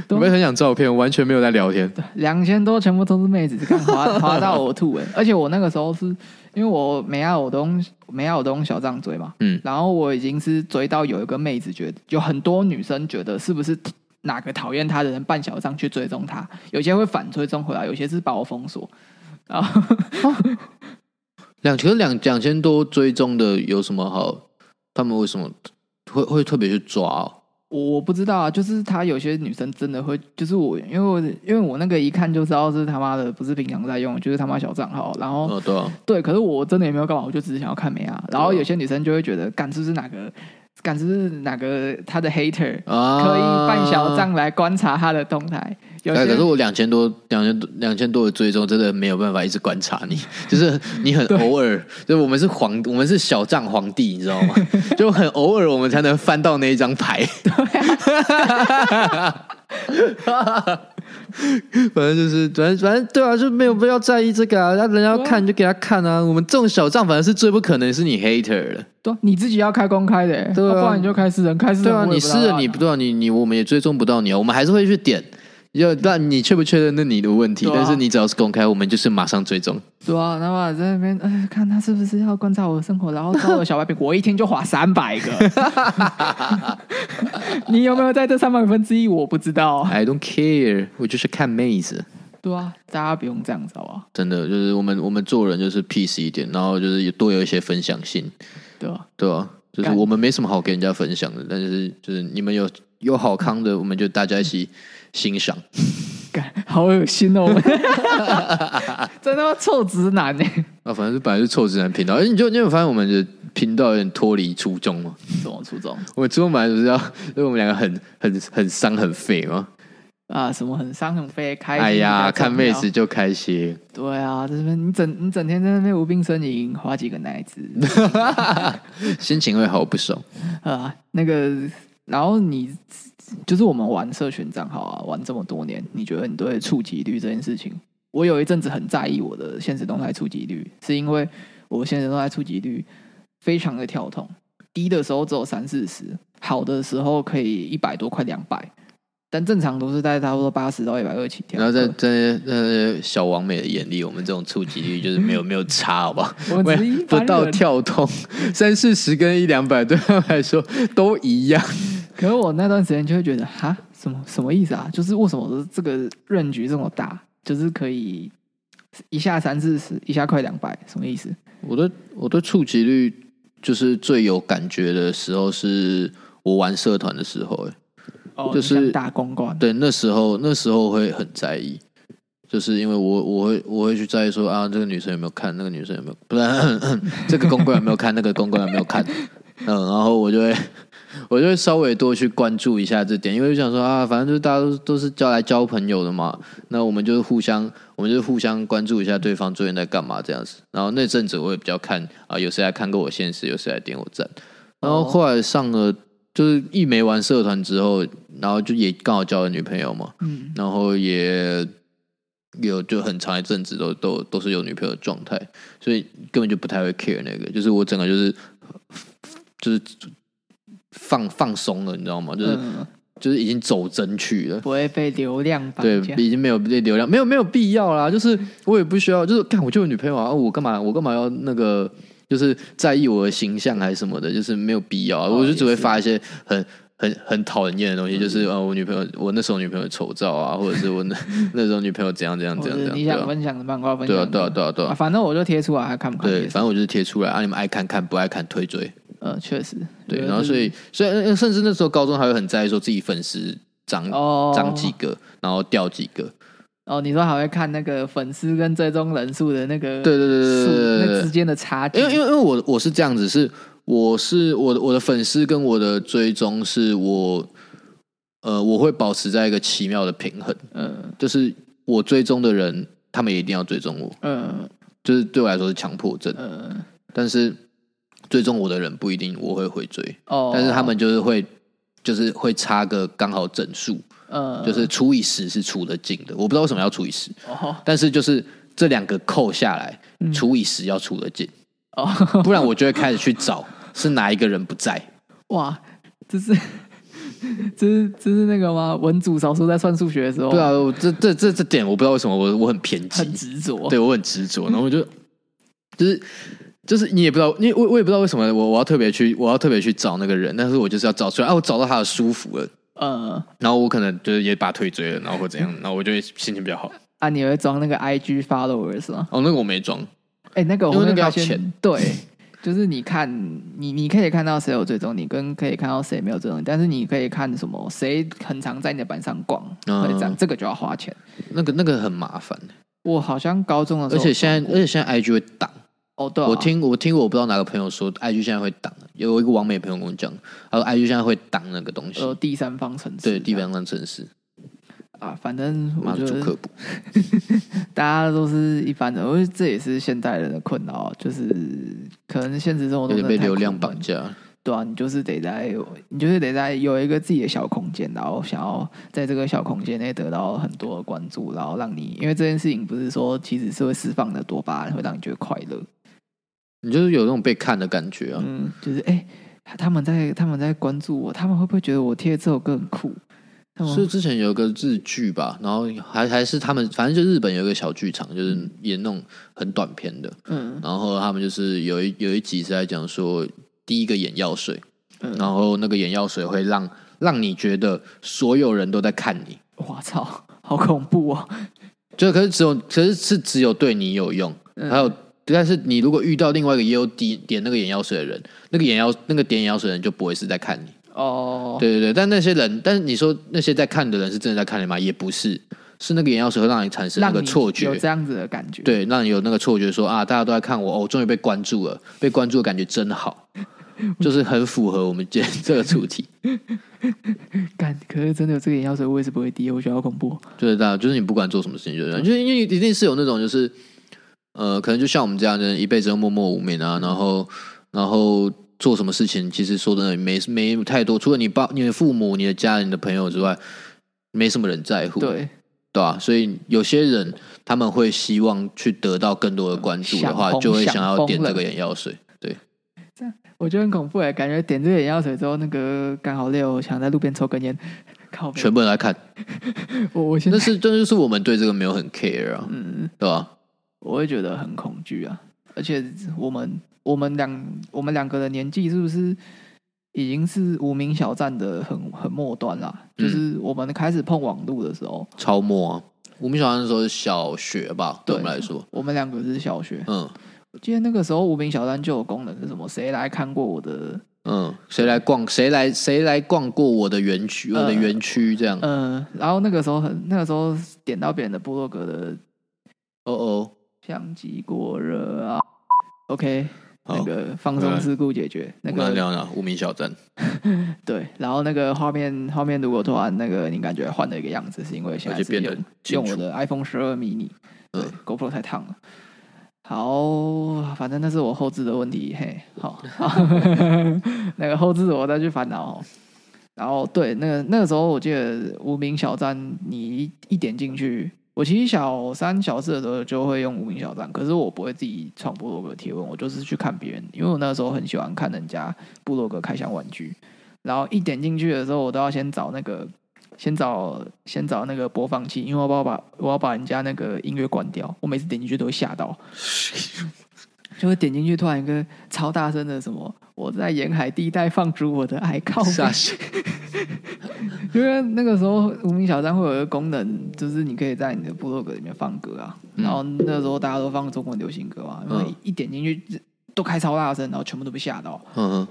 Speaker 1: 都
Speaker 2: 没有分享照片，完全没有在聊天。
Speaker 1: 两千多全部都是妹子，看滑滑到我吐哎、 而且我那个时候是因为我美亚我东美亚我东小账追嘛，
Speaker 2: 嗯
Speaker 1: 然后我已经是追到有一个妹子觉得有很多女生觉得是不是哪个讨厌她的人办小账去追踪她，有些会反追踪回来，有些是把我封锁，然后
Speaker 2: 两可是两两千多追踪的有什么好？他们为什么会会特别去抓、哦？
Speaker 1: 我我不知道啊，就是她有些女生真的会，就是我因为我因为我那个一看就知道是他妈的不是平常在用，就是他妈小账号，然后
Speaker 2: 哦，对啊，
Speaker 1: 对，可是我真的也没有干嘛，我就只是想要看美啊。然
Speaker 2: 哦
Speaker 1: 后有些女生就会觉得，干是不是哪个，干是不是哪个他的 hater
Speaker 2: 啊，
Speaker 1: 可以办小。账来观察他的动态？有
Speaker 2: 哎，可是
Speaker 1: 些
Speaker 2: 我两千多、两千多、两千多的追踪，真的没有办法一直观察你， 就是你很偶尔，就是我们是皇，我们是小账皇帝，你 知道吗？就很偶尔我们才能翻到那一张牌。
Speaker 1: 啊
Speaker 2: 反正就是，反正反正对啊，就没有必要在意这个啊。那人家要看你就给他看啊。我们这种小账反正是最不可能是你 hater 的，
Speaker 1: 对，啊你自己要开公开的、欸，
Speaker 2: 对啊
Speaker 1: 不然你就开私人，开私人
Speaker 2: 对
Speaker 1: 我
Speaker 2: 啊，
Speaker 1: 也不
Speaker 2: 你
Speaker 1: 知
Speaker 2: 私
Speaker 1: 道
Speaker 2: 人
Speaker 1: 啊
Speaker 2: 你不对啊，你你我们也追踪不到你啊，我们还是会去点。要但你确不确认那你的问题，
Speaker 1: 对啊
Speaker 2: 但是你只要是公开，我们就是马上追踪。
Speaker 1: 对啊，那么在那边，哎、看他是不是要观察我的生活，然后找我的小白饼，我一天就划三百个， 你有没有在这三百分之一？我不知道。啊
Speaker 2: I don't care，我就是看妹子。
Speaker 1: 对啊，大家不用这样子好不好？
Speaker 2: 真的就是我们我们做人就是 peace 一点，然后就是也多有一些分享性，
Speaker 1: 对啊吧、
Speaker 2: 对吧、啊就是
Speaker 1: 干
Speaker 2: 我们没什么好给人家分享的，但是就是你们有有好康的，我们就大家一起欣赏。
Speaker 1: 干，好恶心 哦！我们真他妈臭直男欸呢、
Speaker 2: 啊，反正是本来是臭直男频道，而且你就你有发现我们的频道有点脱离初衷吗？
Speaker 1: 什么初衷
Speaker 2: 我们初衷本来就是要，因为我们两个很很很伤很废嘛。
Speaker 1: 啊？什么很伤很飞开？
Speaker 2: 哎呀，看妹子。就开心，
Speaker 1: 对啊，这边你整你整天在那边无病呻吟，花几个奶子
Speaker 2: 心情会好不少。
Speaker 1: 啊，那个，然后你就是我们玩社群账号啊，玩这么多年，你觉得你对触及率这件事情，我有一阵子很在意我的现实动态触及率，是因为我现实动态触及率非常的跳动，低的时候只有三四十，好的时候可以一百多，快两百。但正常都是在差不多八十到一百二起跳，
Speaker 2: 然后在在那些那些小王美的眼里，我们这种触及率就是没有没有差，好不好？
Speaker 1: 我们只是一
Speaker 2: 不
Speaker 1: 般
Speaker 2: 到
Speaker 1: 人啊
Speaker 2: 跳通三四十跟一两百，对他们来说都一样。
Speaker 1: 可是我那段时间就会觉得，哈，什么什么意思啊？就是为什么这个润局这么大，就是可以一下三四十，一下快两百，什么意思？
Speaker 2: 我的我的触及率就是最有感觉的时候，是我玩社团的时候、欸。
Speaker 1: 哦
Speaker 2: 就是
Speaker 1: 你想打公关，
Speaker 2: 对，那时候那时候会很在意，就是因为我我会我会去在意说啊，这个女生有没有看，那个女生有没有，不然 这个公关有没有看，那个公关有没有看，嗯，然后我就会我就会稍微多去关注一下这点，因为就想说啊，反正就是大家都都是交来交朋友的嘛，那我们就互相我们就互相关注一下对方最近在干嘛这样子。然后那阵子我也比较看啊，有谁来看过我现实，有谁来点我赞，然后后来上了。就是一没玩社团之后，然后就也刚好交了女朋友嘛，
Speaker 1: 嗯，
Speaker 2: 然后也有就很长一阵子都都都是有女朋友的状态，所以根本就不太会 care 那个，就是我整个就是就是放放松了，你知道吗？就是、
Speaker 1: 嗯
Speaker 2: 就是已经走真去了。
Speaker 1: 不会被流量绑
Speaker 2: 对
Speaker 1: 架，。
Speaker 2: 已经没有被流量，没有没有必要啦。就是我也不需要，就是看我就有女朋友啊，我干嘛我干嘛要那个，就是在意我的形象还是什么的，就是没有必要、啊。
Speaker 1: 哦
Speaker 2: 我就只
Speaker 1: 也
Speaker 2: 会
Speaker 1: 是
Speaker 2: 发一些很很很讨人厌的东西，就是呃，我女朋友我那时候女朋友丑照啊，或者是我那那时候女朋友怎样怎样
Speaker 1: 或
Speaker 2: 怎样
Speaker 1: 者
Speaker 2: 怎
Speaker 1: 你
Speaker 2: 样，
Speaker 1: 想分享的漫画分
Speaker 2: 对
Speaker 1: 享
Speaker 2: 啊
Speaker 1: 的，
Speaker 2: 对啊对啊对啊对
Speaker 1: 啊
Speaker 2: 啊，
Speaker 1: 反正我就贴出来，还看不看
Speaker 2: 对，
Speaker 1: 也是？
Speaker 2: 反正我就是贴出来啊，你们爱看看，不爱看推追。
Speaker 1: 呃，确实，
Speaker 2: 对，
Speaker 1: 我觉得
Speaker 2: 然后
Speaker 1: 这
Speaker 2: 所
Speaker 1: 是
Speaker 2: 以所以呃甚至那时候高中还会很在意说自己粉丝涨
Speaker 1: 哦，
Speaker 2: 涨几个，然后掉几个。
Speaker 1: 哦，你说还会看那个粉丝跟追踪人数的那个
Speaker 2: 对对对对
Speaker 1: 数
Speaker 2: 对对对
Speaker 1: 那之间的差距，
Speaker 2: 因为因为因为我我是这样子，是我是我的我的粉丝跟我的追踪是我呃我会保持在一个奇妙的平衡，
Speaker 1: 嗯
Speaker 2: 就是我追踪的人，他们也一定要追踪我，
Speaker 1: 嗯
Speaker 2: 就是对我来说是强迫症，
Speaker 1: 嗯
Speaker 2: 但是追踪我的人不一定我会回追，
Speaker 1: 哦，
Speaker 2: 但是他们就是会。就是会差个刚好整数，
Speaker 1: 呃
Speaker 2: 就是除以十是除得进的。我不知道为什么要除以十，
Speaker 1: 哦
Speaker 2: 但是就是这两个扣下来，
Speaker 1: 嗯
Speaker 2: 除以十要除 得进。
Speaker 1: 哦，
Speaker 2: 不然我就会开始去找是哪一个人不在。
Speaker 1: 哇，这是 这是这是那个吗？文组少数在算数学的时候，
Speaker 2: 对啊，我这这这这点我不知道为什么我我很偏激
Speaker 1: 哦很，执着，
Speaker 2: 对我很执着，然后我就就是就是你也不知道，因为我我也不知道为什么我我要特别去我要特别去找那个人，但是我就是要找出来，啊，我找到他的舒服了，
Speaker 1: 呃，
Speaker 2: 然后我可能就是也把他推追了，然后或怎样，然后我就会心情比较好。
Speaker 1: 啊，你会装那个 IG followers 吗？
Speaker 2: 哦，那个我没装，
Speaker 1: 哎、那个我
Speaker 2: 因为那
Speaker 1: 会
Speaker 2: 个
Speaker 1: 发
Speaker 2: 要
Speaker 1: 现
Speaker 2: 钱，
Speaker 1: 对，就是你看你你可以看到谁有追踪你，跟可以看到谁没有追踪你，但是你可以看什么谁很常在你的板上逛，
Speaker 2: 嗯
Speaker 1: 会这样，这个就要花钱。
Speaker 2: 那个那个很麻烦，
Speaker 1: 我好像高中的时
Speaker 2: 而
Speaker 1: 候，
Speaker 2: 且现在而且现在 IG 会挡。
Speaker 1: 哦对啊、
Speaker 2: 我听我听过，我不知道哪个朋友说，IG 现在会挡，有一个网美朋友跟我讲，他说 IG 现在会挡那个东西，
Speaker 1: 呃第三方城市
Speaker 2: 对，
Speaker 1: 这
Speaker 2: 地
Speaker 1: 样
Speaker 2: 方上城市，
Speaker 1: 啊，反正我
Speaker 2: 妈
Speaker 1: 觉
Speaker 2: 的主
Speaker 1: 得
Speaker 2: 科普，
Speaker 1: 大家都是一般人，我觉得这也是现代人的困扰，啊就是可能现实生活
Speaker 2: 有
Speaker 1: 中
Speaker 2: 点
Speaker 1: 真的
Speaker 2: 被
Speaker 1: 太
Speaker 2: 流量
Speaker 1: 苦闷
Speaker 2: 绑架。
Speaker 1: 对啊，你就是得在，你就是得在有一个自己的小空间，然后想要在这个小空间内得到很多的关注，然后让你，因为这件事情不是说其实是会释放的多巴胺，会让你觉得快乐。
Speaker 2: 你就是有那种被看的感觉啊！
Speaker 1: 嗯，就是哎、他们在他们在关注我，他们会不会觉得我贴这首歌很酷？他们
Speaker 2: 是之前有个日剧吧，然后还还是他们，反正就日本有一个小剧场，就是演那种很短片的，
Speaker 1: 嗯
Speaker 2: 然后他们就是有一有一集是在讲说，第一个眼药水，
Speaker 1: 嗯
Speaker 2: 然后那个眼药水会让让你觉得所有人都在看你，
Speaker 1: 我操，好恐怖哦！
Speaker 2: 就可是只有，可是是只有对你有用，
Speaker 1: 嗯
Speaker 2: 还有。但是你如果遇到另外一个也有点点那个眼药水的人，那个眼药那个点眼药水的人就不会是在看你，
Speaker 1: 哦，
Speaker 2: 对对对。但那些人，但是你说那些在看的人是真的在看你吗？也不是，是那个眼药水会让你产生那
Speaker 1: 让
Speaker 2: 个
Speaker 1: 你
Speaker 2: 错觉，
Speaker 1: 有这样子的感觉。，
Speaker 2: 对，让你有那个错觉说啊，大家都在看我，哦，我终于被关注了，被关注的感觉 真好，就是很符合我们今天这个主题，
Speaker 1: 干，可是真的有这个眼药水，我也是不会滴，我觉得好恐怖。哦
Speaker 2: 就是大家，就是你不管做什么事情，就是这样就是因为一定是有那种就是，呃，可能就像我们这样的人，一辈子都默默无名啊，然后然后做什么事情，其实说真的没没太多，除了你爸、你的父母、你的家人、你的朋友之外，没什么人在乎，
Speaker 1: 对，
Speaker 2: 对啊，所以有些人他们会希望去得到更多的关注的话
Speaker 1: 想，红
Speaker 2: 就会
Speaker 1: 想
Speaker 2: 想要
Speaker 1: 疯
Speaker 2: 点这
Speaker 1: 了
Speaker 2: 个眼药水。对，
Speaker 1: 我觉得很恐怖哎，感觉点这个眼药水之后，那个干好累哦，我想在路边抽根烟。靠北，
Speaker 2: 全部人来看，
Speaker 1: 我我现在
Speaker 2: 但是这就是我们对这个没有很 care 啊，
Speaker 1: 嗯，
Speaker 2: 对吧、
Speaker 1: 我会觉得很恐惧啊。而且我们我们两我们两个的年纪是不是已经是无名小站的很很末端啦？
Speaker 2: 嗯
Speaker 1: 就是我们开始碰网络的时候，
Speaker 2: 超默啊，我们小那时候是小学吧，对我
Speaker 1: 对
Speaker 2: 们来说，
Speaker 1: 我们两个是小学。
Speaker 2: 嗯
Speaker 1: 我记得那个时候无名小站就有功能是什么？谁来看过我的？
Speaker 2: 嗯，谁来逛，谁来谁来逛过我的园区，我的园区这样，
Speaker 1: 呃，然后那个时候很，那个时候点到别人的部落格的呃
Speaker 2: 哦哦，
Speaker 1: 香吉果热啊，OK，那
Speaker 2: 好，
Speaker 1: 个放松事故解决那
Speaker 2: 我们来
Speaker 1: 个
Speaker 2: 聊聊无名小站，
Speaker 1: 对，然后那个画面画面如果突然那个你感觉换了一个样子，是因为现
Speaker 2: 而
Speaker 1: 在
Speaker 2: 且
Speaker 1: 是
Speaker 2: 变得
Speaker 1: 用
Speaker 2: 清
Speaker 1: 啊用
Speaker 2: 楚
Speaker 1: 我的 iPhone 十二 mini，对
Speaker 2: 嗯
Speaker 1: ，GoPro 太烫了。好，反正那是我后置的问题，嘿，好，那个后置我再去烦恼哦。然后对，那个那个时候我记得无名小站，你一一点进去，我其实小三小四的时候就会用无名小站，可是我不会自己创部落格贴文，我就是去看别人，因为我那时候很喜欢看人家部落格开箱玩具，然后一点进去的时候，我都要先找那个。先找先找那个播放器，因为我要把我要把人家那个音乐关掉。我每次点进去都会吓 到，就会点进去，突然一个超大声的什么，我在沿海地带放逐我的爱，靠北
Speaker 2: 傻 笑
Speaker 1: 因为那个时候无名小站会有一个功能，就是你可以在你的部落格里面放歌啊。
Speaker 2: 嗯
Speaker 1: 然后那时候大家都放中文流行歌嘛，因为一点进去都开超大声，然后全部都被吓到。
Speaker 2: 嗯哼，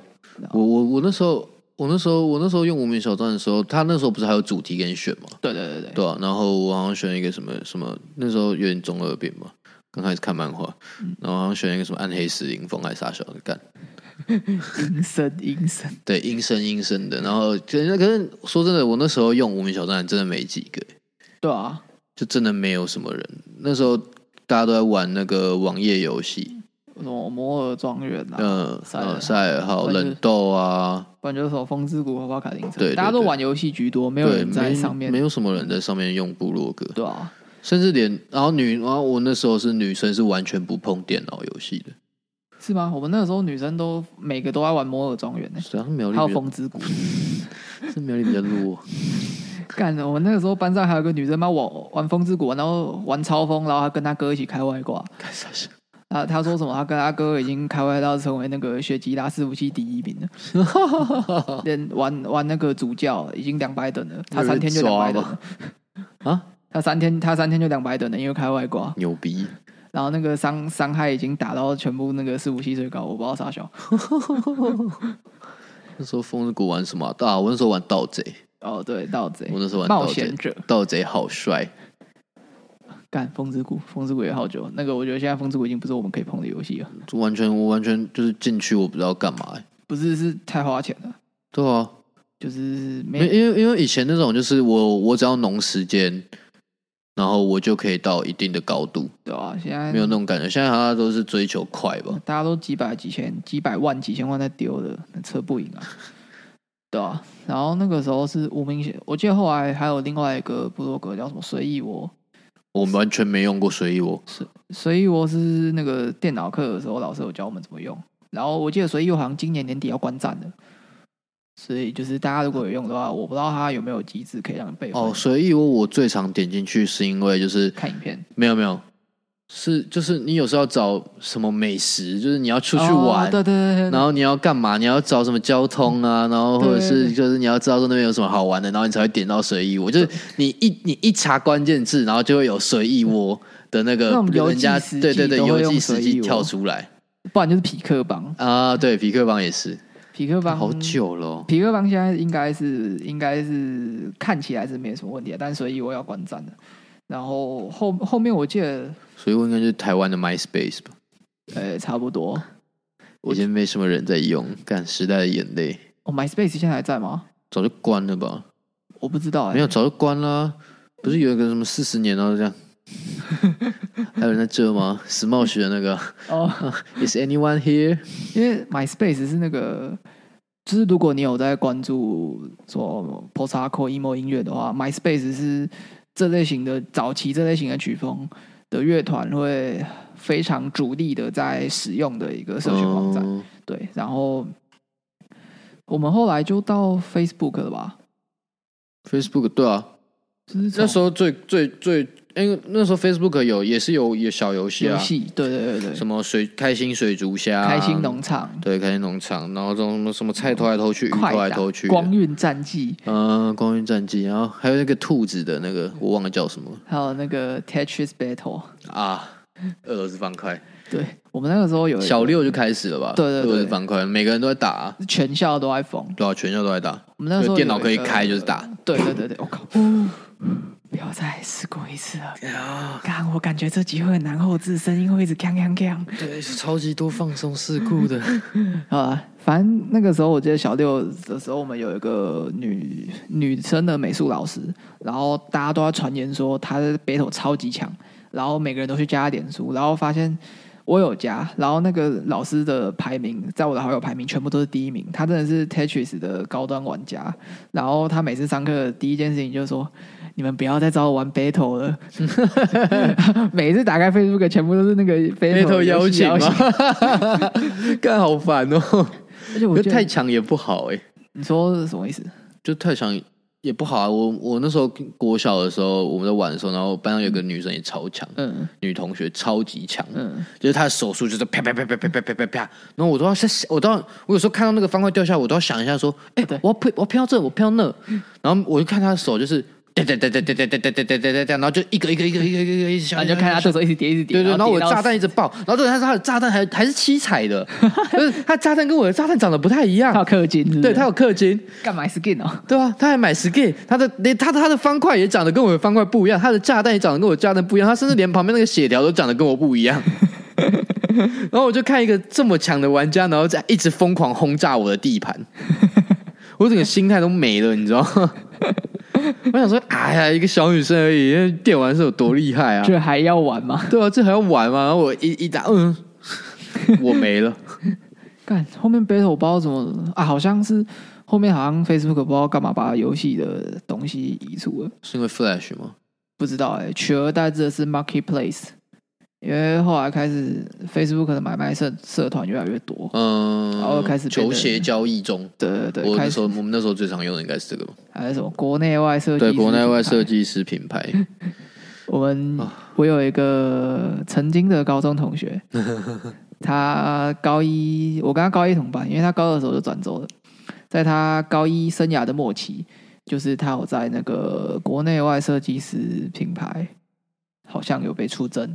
Speaker 2: 我我我那时候。我那时候，我那时候用无名小站的时候，他那时候不是还有主题给你选吗？
Speaker 1: 对对对对，
Speaker 2: 对啊，然后我好像选了一个什么什么，那时候有点中二病吧，刚开始看漫画，
Speaker 1: 嗯
Speaker 2: 然后好像选了一个什么暗黑死灵风还是啥小的干，
Speaker 1: 阴森阴森，
Speaker 2: 对，阴森阴森的。然后可是可是说真的，我那时候用无名小站真的没几个，
Speaker 1: 对啊，
Speaker 2: 就真的没有什么人。那时候大家都在玩那个网页游戏，
Speaker 1: 什么摩尔庄园啊，
Speaker 2: 嗯，
Speaker 1: 赛尔
Speaker 2: 呃赛尔号、
Speaker 1: 那就是
Speaker 2: 冷斗啊，
Speaker 1: 不然就是什么风之谷、花花卡丁车，
Speaker 2: 对对
Speaker 1: 大家都
Speaker 2: 对
Speaker 1: 玩游戏居多，没有
Speaker 2: 对，
Speaker 1: 人在
Speaker 2: 没
Speaker 1: 上面
Speaker 2: 没，有什么人在上面用部落格，
Speaker 1: 对啊，
Speaker 2: 甚至连然后女，然后我那时候是女生是完全不碰电脑游戏的，
Speaker 1: 是吗？我们那个时候女生都每个都爱玩摩尔庄园呢，
Speaker 2: 是啊，苗栗
Speaker 1: 还有
Speaker 2: 比较
Speaker 1: 风之谷。
Speaker 2: 是苗栗比较弱。
Speaker 1: 干，我们那个时候班上还有个女生嘛，我玩风之谷，然后玩超风，然后还跟她哥一起开外挂。啊，她说什么？她跟她哥已经开外到成为那个学吉拉伺服器第一名了， 连玩玩那个主教已经两百等了，她三天就两百等了。
Speaker 2: 啊，
Speaker 1: 她三天她三天就两百等了，因为开外挂，
Speaker 2: 牛逼！
Speaker 1: 然后那个伤伤害已经打到全部那个伺服器最高，我不知道啥小。
Speaker 2: 那时候风之谷玩什么啊？啊，我那时候玩盗贼，
Speaker 1: 哦，对，盗贼
Speaker 2: 我、那时候玩
Speaker 1: 冒
Speaker 2: 盗贼
Speaker 1: 险，者，
Speaker 2: 盗贼好帅。
Speaker 1: 干风之谷，风之谷也好久。那个我觉得现在风之谷已经不是我们可以碰的游戏了，
Speaker 2: 就完全，我完全就是进去，我不知道干嘛、欸。
Speaker 1: 不是是太花钱了。
Speaker 2: 对啊，
Speaker 1: 就是
Speaker 2: 因为
Speaker 1: 没
Speaker 2: 因为因为以前那种就是我我只要农时间，然后我就可以到一定的高度，
Speaker 1: 对啊，现在
Speaker 2: 没有那种感觉。现在大家都是追求快吧？
Speaker 1: 哦大家都几百、几千、几百万、几千万在丢的，那车不赢啊， 对啊。然后那个时候是无名小，我记得后来还有另外一个部落格叫什么随意窝，
Speaker 2: 我们完全没用过随意我，
Speaker 1: 随意窝是那个电脑课的时候老师有教我们怎么用。然后我记得随意窝好像今年年底要关站的，所以就是大家如果有用的
Speaker 2: 哦
Speaker 1: 话，我不知道它有没有机制可以让你备份
Speaker 2: 哦，随意我我最常点进去是因为就是
Speaker 1: 看影片
Speaker 2: 没有没有，是就是你有时候要找什么美食，就是你要出去
Speaker 1: 哦
Speaker 2: 玩，
Speaker 1: 对对对对，
Speaker 2: 然后你要干嘛？你要找什么交通啊？然后或者
Speaker 1: 嗯对对
Speaker 2: 是就是你要知道说那边有什么好玩的，然后你才会点到随意窝。
Speaker 1: 嗯
Speaker 2: 就是你一你一查关键字，然后就会有随意窝的那个
Speaker 1: 那种游
Speaker 2: 人
Speaker 1: 记
Speaker 2: 家
Speaker 1: 时
Speaker 2: 对对
Speaker 1: 记
Speaker 2: 对
Speaker 1: 都会
Speaker 2: 游
Speaker 1: 用
Speaker 2: 记
Speaker 1: 随
Speaker 2: 时
Speaker 1: 意
Speaker 2: 机
Speaker 1: 窝
Speaker 2: 跳出来
Speaker 1: 不然就是匹克帮，
Speaker 2: 啊。对，匹克帮也是，
Speaker 1: 匹克帮
Speaker 2: 好。久了哦。
Speaker 1: 匹克帮现在应该是应该是看起来是没什么问题的，但所以我要观战的。然后后后面我记得，
Speaker 2: 所以我应该就是台湾的 MySpace 吧，
Speaker 1: 呃、差不多。我
Speaker 2: 已经没什么人在用，干时代的眼泪，
Speaker 1: 哦，MySpace 现在还在吗？
Speaker 2: 早就关了吧？
Speaker 1: 我不知道、哎，
Speaker 2: 没有，早就关了啊。不是有一个什么四十年然 哦后这样，还有人在这吗？Smosh 的那个
Speaker 1: 哦，
Speaker 2: Is anyone here？
Speaker 1: 因为 MySpace 是那个，就是如果你有在关注说 post hardcore emo 音乐的话，MySpace 是这类型的早期这类型的曲风的乐团会非常主力的在使用的一个社群网站。
Speaker 2: 嗯
Speaker 1: 对，然后我们后来就到 Facebook 了吧？
Speaker 2: Facebook 对啊，
Speaker 1: 就是从
Speaker 2: 那时候最最最，因为那时候 Facebook 有也是有有小游戏
Speaker 1: 游
Speaker 2: 啊，
Speaker 1: 戏，对对对对，
Speaker 2: 什么水开心水族虾啊、
Speaker 1: 开心农场、
Speaker 2: 对开心农场，然后这种什么什么菜投来投去，鱼
Speaker 1: 快
Speaker 2: 投来
Speaker 1: 打
Speaker 2: 投去的，
Speaker 1: 光晕战记，
Speaker 2: 嗯、光晕战记，然后还有那个兔子的那个我忘了叫什么了
Speaker 1: 还有那个 Tetris Battle。
Speaker 2: 啊，俄罗斯方块，
Speaker 1: 对我们那个时候有一个
Speaker 2: 小六就开始了吧？
Speaker 1: 对对对
Speaker 2: 俄罗斯方块，每个人都在打啊、
Speaker 1: 全校都在疯。
Speaker 2: 对啊，全校都在打，
Speaker 1: 我们那时候
Speaker 2: 电脑
Speaker 1: 有一
Speaker 2: 可以
Speaker 1: 个
Speaker 2: 开就是打，
Speaker 1: 对对对对，我、靠！ 不要再试过一次了。
Speaker 2: 啊
Speaker 1: 干，我感觉这集会很难后置，声音会一直锵锵锵。
Speaker 2: 对，超级多放松事故 的，
Speaker 1: 啊，反正那个时候我记得小六的时候，我们有一个女女生的美术老师，然后大家都在传言说她的北斗超级强，然后每个人都去加她点数，然后发现我有加，然后那个老师的排名在我的好友排名全部都是第一名，她真的是 Tetris 的高端玩家，然后她每次上课第一件事情就是说。你们不要再找我玩 battle 了， 每次打开 Facebook 全部都是那个 battle
Speaker 2: 邀
Speaker 1: 游戏
Speaker 2: 请
Speaker 1: 邀
Speaker 2: 吗
Speaker 1: 请，？
Speaker 2: 干好烦哦，
Speaker 1: 而且我
Speaker 2: 可
Speaker 1: 觉得
Speaker 2: 是太强也不好哎、
Speaker 1: 你说是什么意思？
Speaker 2: 就太强也不好啊。我我那时候国小的时候，我们在玩的时候，然后班上有个女生也超强，
Speaker 1: 嗯
Speaker 2: 女同学超级强，
Speaker 1: 嗯，
Speaker 2: 就是她的手速就是啪啪啪啪啪啪啪啪啪，然后我都要在想，我都要，我有时候看到那个方块掉下来，我都要想一下说，哎、
Speaker 1: 对
Speaker 2: 我要偏我要偏到这，我偏到那，然后我就看她的手就是。对对对对对对对对对对对对，然后就一个一个一个一个一个一直想，
Speaker 1: 然后你就看他对手一直叠一直叠，
Speaker 2: 对对，然后我
Speaker 1: 叠到
Speaker 2: 的炸弹一直爆，然后对，他他的炸弹还还是七彩的，就是他炸弹跟我的炸弹长得不太一
Speaker 1: 他有
Speaker 2: 样，
Speaker 1: 氪金是不是，
Speaker 2: 对他有氪金，
Speaker 1: 干嘛 skin 哦？
Speaker 2: 对啊，他还买 skin，他的连他的他的方块也长得跟我的方块不一样，他的炸弹也长得跟我的炸弹不一样，他甚至连旁边那个血条都长得跟我不 一样。然后我就看一个这么强的玩家，然后在一直疯狂轰炸我的地盘，我整个心态都没了，你知道 吗？我想说，哎呀，一个小女生而已，电玩是有多厉害啊！
Speaker 1: 这还要玩吗？
Speaker 2: 对啊，这还要玩吗？然后我一一打，嗯， 我没了。
Speaker 1: 干，后面 battle 我不知道怎么啊，好像是后面好像 Facebook 不知道干嘛把游戏的东西移除了，
Speaker 2: 是因为 Flash 吗？
Speaker 1: 不知道哎、取而代之的是 Marketplace，因为后来开始 Facebook 的买卖社社团越来越多，
Speaker 2: 嗯，
Speaker 1: 然后哦开始变
Speaker 2: 球
Speaker 1: 得
Speaker 2: 鞋交易中。
Speaker 1: 对对对，
Speaker 2: 我
Speaker 1: 开
Speaker 2: 那
Speaker 1: 始
Speaker 2: 时候我们那时候最常用的应该是这个吧？
Speaker 1: 还有什么国内外设计，
Speaker 2: 对，国内外设，计师品牌，
Speaker 1: 我们我有一个曾经的高中同学，他高一，我跟他高一同班，因为他高二的时候就转走了。在他高一生涯的末期，就是他有在那个国内外设计师品牌，好像有被出征。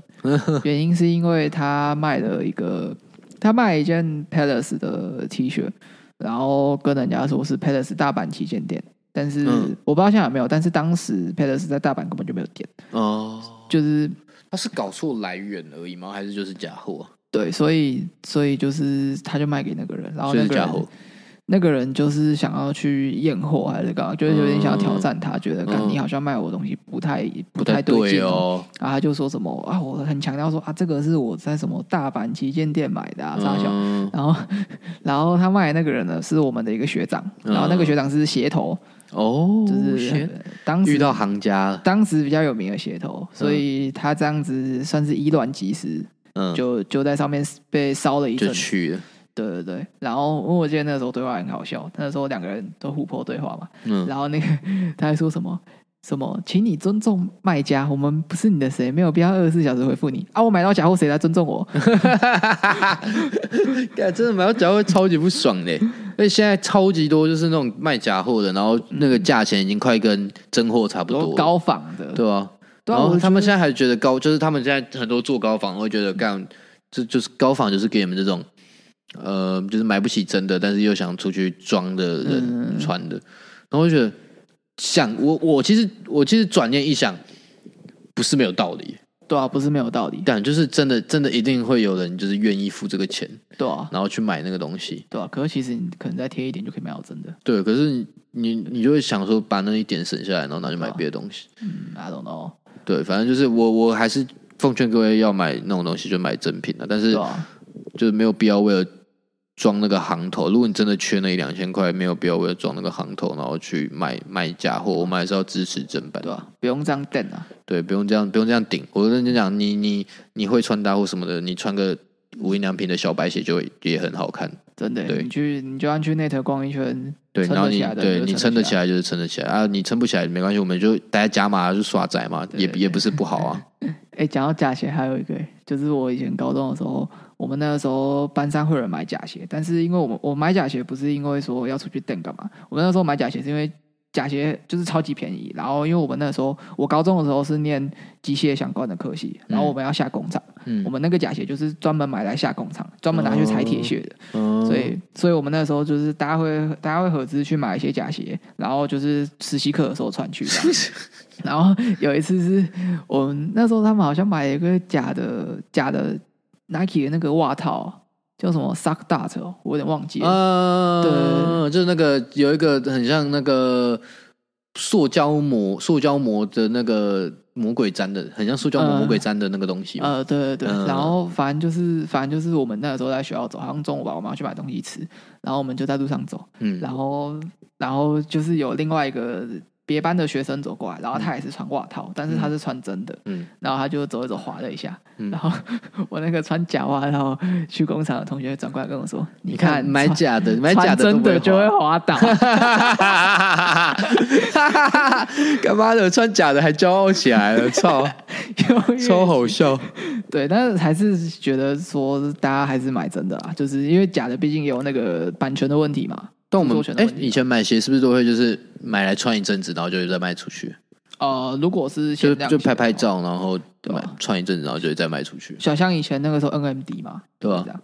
Speaker 1: 原因是因为他卖了一个，他卖了一件 Palace 的 T 恤，然后跟人家说是 Palace 大阪旗舰店，但是
Speaker 2: 嗯
Speaker 1: 我不知道现在有没有，但是当时 Palace 在大阪根本就没有店，
Speaker 2: 哦，
Speaker 1: 就是
Speaker 2: 他是搞错来源而已吗？还是就是假货、
Speaker 1: 对，所以所以就是他就卖给那个人，然后
Speaker 2: 所
Speaker 1: 哦那
Speaker 2: 以是
Speaker 1: 个
Speaker 2: 假
Speaker 1: 人
Speaker 2: 货。
Speaker 1: 那个人就是想要去验货还是干嘛，就是有点想要挑战他，觉得干
Speaker 2: 嗯
Speaker 1: 你好像卖我东西不太不
Speaker 2: 不
Speaker 1: 太对
Speaker 2: 对
Speaker 1: 劲。
Speaker 2: 哦，
Speaker 1: 然后他就说什么啊，我很强调说啊，这个是我在什么大阪旗舰店买的啊，傻小。
Speaker 2: 嗯
Speaker 1: 然后，然后他卖的那个人呢，是我们的一个学长，
Speaker 2: 嗯
Speaker 1: 然后那个学长是鞋头，
Speaker 2: 哦，
Speaker 1: 就是
Speaker 2: 先
Speaker 1: 当时
Speaker 2: 遇到嗯行家了，
Speaker 1: 当时比较有名的鞋头，所以他这样子算是以卵击石，
Speaker 2: 嗯，就
Speaker 1: 就就在上面被烧了一阵
Speaker 2: 就，去了，
Speaker 1: 对对对。然后因为我记得那时候对话很好笑，那时候两个人都互泼对话嘛，
Speaker 2: 嗯，
Speaker 1: 然后那个他还说什么？什么，请你尊重卖家，我们不是你的谁，没有必要二十四小时回复你啊！我买到假货，谁来尊重 我？
Speaker 2: 干真的买到假货会超级不 爽的，而且现在超级多就是那种卖假货的，然后那个价钱已经快跟真货差不多
Speaker 1: 都
Speaker 2: 了，
Speaker 1: 高仿的，
Speaker 2: 对啊。
Speaker 1: 对啊
Speaker 2: 然后
Speaker 1: 我
Speaker 2: 他们
Speaker 1: 觉
Speaker 2: 现在还觉得高，就是他们现在很多做高仿会觉得干，这就是高仿就是给你们这种，呃，就是买不起真的，但是又想出去装的人
Speaker 1: 嗯
Speaker 2: 穿的。然后我就觉得，想我我其实我其实转念一想，不是没有道理，
Speaker 1: 得对啊，不是没有道理，
Speaker 2: 但就是真的真的一定会有人就是愿意付这个钱，
Speaker 1: 对啊，
Speaker 2: 然后去买那个东西。
Speaker 1: 对啊。可是其实你可能再贴一点就可以买到真的，
Speaker 2: 对，可是你你你就会想说，把那一点省下来，然后拿去买
Speaker 1: 对啊
Speaker 2: 别的东西。
Speaker 1: 嗯，I don't know，
Speaker 2: 对，反正就是我我还是奉劝各位要买那种东西就买真品的，但是
Speaker 1: 对啊，
Speaker 2: 就是没有必要为了装那个行头。如果你真的缺那一两千块，没有必要为了装那个行头，然后去卖卖假货。我们还是要支持正版
Speaker 1: 对，啊，不用这样瞪啊，
Speaker 2: 对，不用这样，不用这样顶。我认真讲，你你你会穿搭或什么的，你穿个无印良品的小白鞋就会也很好看。
Speaker 1: 真的，
Speaker 2: 对
Speaker 1: 你去你就算去 Net 逛一圈，
Speaker 2: 对，
Speaker 1: 撑
Speaker 2: 然后
Speaker 1: 得
Speaker 2: 你
Speaker 1: 起来的
Speaker 2: 对
Speaker 1: 就是
Speaker 2: 你
Speaker 1: 撑
Speaker 2: 撑
Speaker 1: 得
Speaker 2: 得
Speaker 1: 起
Speaker 2: 起来就是撑得起来啊，你撑不起来没关系，我们就大家加码就耍宅嘛，也
Speaker 1: 对
Speaker 2: 也不是不好啊。
Speaker 1: 哎，讲到假鞋，还有一个，就是我以前高中的时候，我们那个时候班上会有人买假鞋，但是因为我们我买假鞋不是因为说要出去瞪干嘛，我们那时候买假鞋是因为假鞋就是超级便宜，然后因为我们那时候我高中的时候是念机械相关的科系，然后我们要下工厂，
Speaker 2: 嗯
Speaker 1: 我，们那个假鞋就是专门买来下工厂，专门拿去裁铁屑的，
Speaker 2: 嗯
Speaker 1: 所以所以我们那时候就是大家会大家会合资去买一些假鞋，然后就是实习课的时候穿去这样。 然后有一次是我们那时候他们好像买了一个假的假的 Nike 的那个袜套，叫什么 Sock Dart，哦我有点忘记了。
Speaker 2: 啊，
Speaker 1: 对对
Speaker 2: 就是那个有一个很像那个塑胶膜、塑胶膜的那个魔鬼粘的，很像塑胶膜
Speaker 1: 嗯
Speaker 2: 魔鬼粘的那个东西嘛。
Speaker 1: 呃，对对对，
Speaker 2: 嗯
Speaker 1: 然后反正就是反正就是我们那个时候在学校走，好像中午吧，我们要去买东西吃，然后我们就在路上走，
Speaker 2: 嗯，
Speaker 1: 然后然后就是有另外一个别班的学生走过来，然后他也是穿袜套，但是他是穿真的，
Speaker 2: 嗯，
Speaker 1: 然后他就走一走滑了一下，
Speaker 2: 嗯
Speaker 1: 然后我那个穿假袜然后去工厂的同学转过来跟我说：“
Speaker 2: 你
Speaker 1: 看
Speaker 2: 看买
Speaker 1: 穿
Speaker 2: 假的，买假
Speaker 1: 穿真的
Speaker 2: 的
Speaker 1: 就
Speaker 2: 就
Speaker 1: 会
Speaker 2: 会
Speaker 1: 滑
Speaker 2: 滑。
Speaker 1: 倒。
Speaker 2: 干嘛的？穿假的还骄傲起来了， 操，
Speaker 1: 因为
Speaker 2: 超好笑。
Speaker 1: 对，但是还是觉得说大家还是买真的啦，就是因为假的毕竟有那个版权的问题嘛。
Speaker 2: 但我
Speaker 1: 著作
Speaker 2: 们
Speaker 1: 权的
Speaker 2: 哎、
Speaker 1: 问题
Speaker 2: 以前买鞋是不是都会就是买来穿一阵子，然后就再卖出去，
Speaker 1: 呃，如果是
Speaker 2: 就
Speaker 1: 限量
Speaker 2: 就
Speaker 1: 鞋的
Speaker 2: 拍拍
Speaker 1: 话，
Speaker 2: 照，然后
Speaker 1: 对
Speaker 2: 买
Speaker 1: 啊
Speaker 2: 穿一阵子，然后就再卖出去，
Speaker 1: 小像以前那个时候 NMD 嘛，
Speaker 2: 对吧、
Speaker 1: 这样，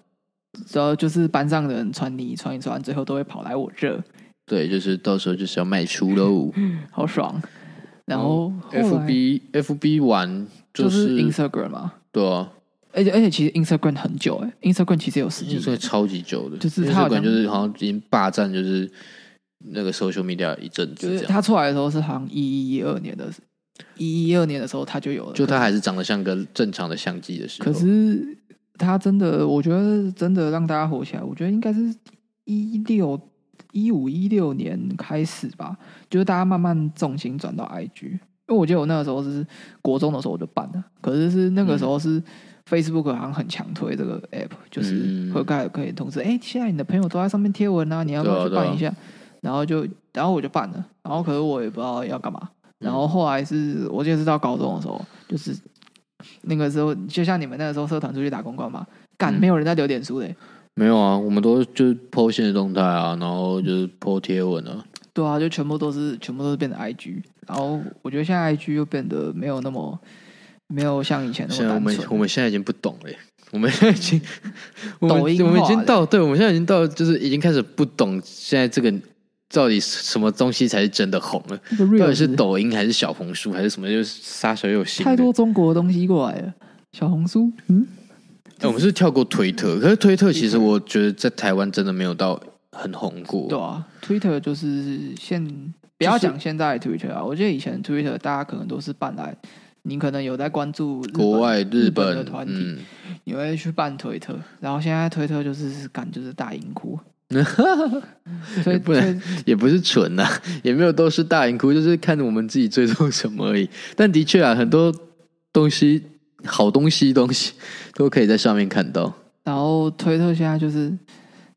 Speaker 1: 然后就是班上的人穿你穿一穿，最后都会跑来我这，
Speaker 2: 对，就是到时候就是要卖出喽。嗯
Speaker 1: 好爽。嗯然后后来
Speaker 2: FB FB 玩、
Speaker 1: 哦就是是 Instagram 嘛，
Speaker 2: 对啊，
Speaker 1: 而且而且其实 Instagram 很久哎、欸、，Instagram 其实有十几
Speaker 2: 因为
Speaker 1: 年，
Speaker 2: 超级久的，
Speaker 1: 就是它好
Speaker 2: Instagram
Speaker 1: 像
Speaker 2: 就是好像已经霸占就是那个 social media 一阵
Speaker 1: 就
Speaker 2: 子
Speaker 1: 是
Speaker 2: 这样，
Speaker 1: 它出来的时候是好像一一一二年的，一一二年的时候它就有了，
Speaker 2: 就它还是长得像个正常的相机的时候。
Speaker 1: 可是它真的，我觉得真的让大家火起来，我觉得应该是一六一五一六年开始吧，就是大家慢慢重心转到 IG。因为我记得我那个时候是国中的时候我就办了，可是是那个时
Speaker 2: 嗯
Speaker 1: 候是 Facebook 好像很强推这个 app，就是
Speaker 2: 嗯
Speaker 1: 会盖可以通知，哎、现在你的朋友都在上面贴文啊，你要不要去
Speaker 2: 对啊对啊
Speaker 1: 办一下？然后就，然后我就办了，然后可是我也不知道要干嘛。
Speaker 2: 嗯
Speaker 1: 然后后来是我记得是到高中的时候，就是那个时候，就像你们那个时候社团出去打公关嘛，干
Speaker 2: 嗯
Speaker 1: 没有人在留脸书嘞、欸
Speaker 2: 没有啊，我们都就是 po 现实动态啊，然后就是 po 贴文啊，
Speaker 1: 对啊，就全部都是全部都是变成 IG，然后我觉得现在 IG 又变得没有那么没有像以前那
Speaker 2: 现在
Speaker 1: 么
Speaker 2: 我
Speaker 1: 单
Speaker 2: 们我
Speaker 1: 纯。
Speaker 2: 们现在已经不懂了耶，我们已 经我们
Speaker 1: 抖音化
Speaker 2: 我们已经
Speaker 1: 了
Speaker 2: 到，对，我们现在已经到，就是已经开始不懂现在这个到底什么东西才是真的红了，
Speaker 1: 这个
Speaker 2: 到底
Speaker 1: real
Speaker 2: 是抖音还是小红书还是什么，就是杀手有心的
Speaker 1: 太多中国的东西过来了，小红书，嗯，
Speaker 2: 哎我们是跳过推特，可是推特其实我觉得在台湾真的没有到很红过。
Speaker 1: 对啊，Twitter 就是现不要讲现在的 Twitter 啊，我记得以前 Twitter 大家可能都是办来，你可能有在关注日本
Speaker 2: 国外、
Speaker 1: 日
Speaker 2: 本
Speaker 1: 的团体，
Speaker 2: 嗯，
Speaker 1: 你会去办推特，然后现在推特就是感就是大银 库，所以
Speaker 2: 不能
Speaker 1: 所以
Speaker 2: 也不是蠢呐、 也没有都是大银窟，就是看我们自己追踪什么而已。但的确啊，很多东西，好东西，东西都可以在上面看到。
Speaker 1: 然后推特现在就是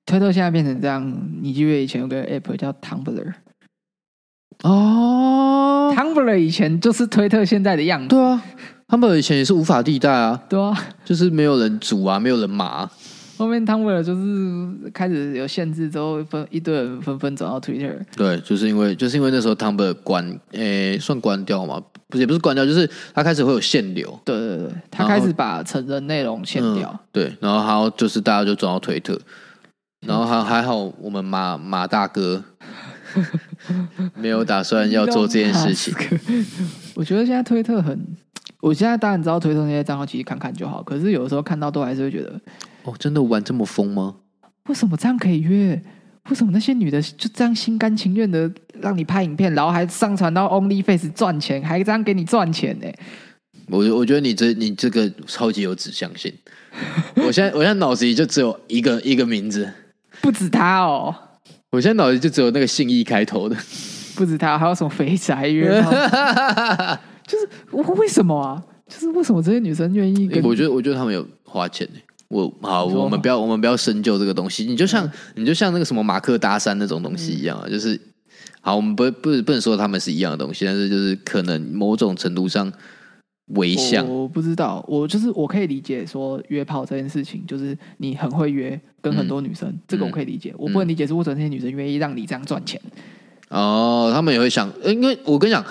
Speaker 1: 推特现在变成这样，你记不记得以前有个 app 叫 Tumblr，Tumblr、
Speaker 2: 哦，
Speaker 1: Tumblr 以前就是推特现在的样子，
Speaker 2: 对啊，他们以前也是无法地带啊，
Speaker 1: 对啊，
Speaker 2: 就是没有人组啊，没有人麻啊、
Speaker 1: 后面 Tumblr 就是开始有限制之后，分一堆人纷纷转到 Twitter，
Speaker 2: 对，就是因为就是因为那时候 Tumblr 关，诶、算关掉嘛，不是也不是关掉，就是它开始会有限流，
Speaker 1: 对对对，他
Speaker 2: 然后
Speaker 1: 开始把成人内容限掉，
Speaker 2: 嗯对，然后还有就是大家就转到推特，然后还还好我们马马大 哥没有打算要做这件事情，
Speaker 1: 情。 我觉得现在推特很，我现在当然知道推特那些账号，其实看看就好。可是有时候看到都还是会觉得，
Speaker 2: 哦，真的玩这么疯吗？
Speaker 1: 为什么这样可以约？为什么那些女的就这样心甘情愿的让你拍影片，然后还上传到 OnlyFace 赚钱，还这样给你赚钱呢、
Speaker 2: 我我觉得你这你这个超级有指向性，我现在我现在脑子里就只有一个一个名字，
Speaker 1: 不止她哦，
Speaker 2: 我现在脑子里就只有那个信义开头的，
Speaker 1: 不止她，还有什么肥宅约 炮？就是我为什么啊？就是为什么这些女生愿意跟？
Speaker 2: 我觉得我觉得他们有花钱欸我好，
Speaker 1: 你说
Speaker 2: 我
Speaker 1: 嘛
Speaker 2: 们不要我们不要深究这个东西。你就像、你就像那个什么马克搭讪那种东
Speaker 1: 嗯
Speaker 2: 西一样啊，就是好，我们不不不能说他们是一样的东西，但是就是可能某种程度上微像。
Speaker 1: 我我不知道，我就是我可以理解说约炮这件事情，就是你很会约，跟很
Speaker 2: 嗯
Speaker 1: 多女生，这个我可以理解。我不能理解是为什么那些女生愿意让你这样赚钱。
Speaker 2: 哦，他们也会想，呃因为我跟你讲，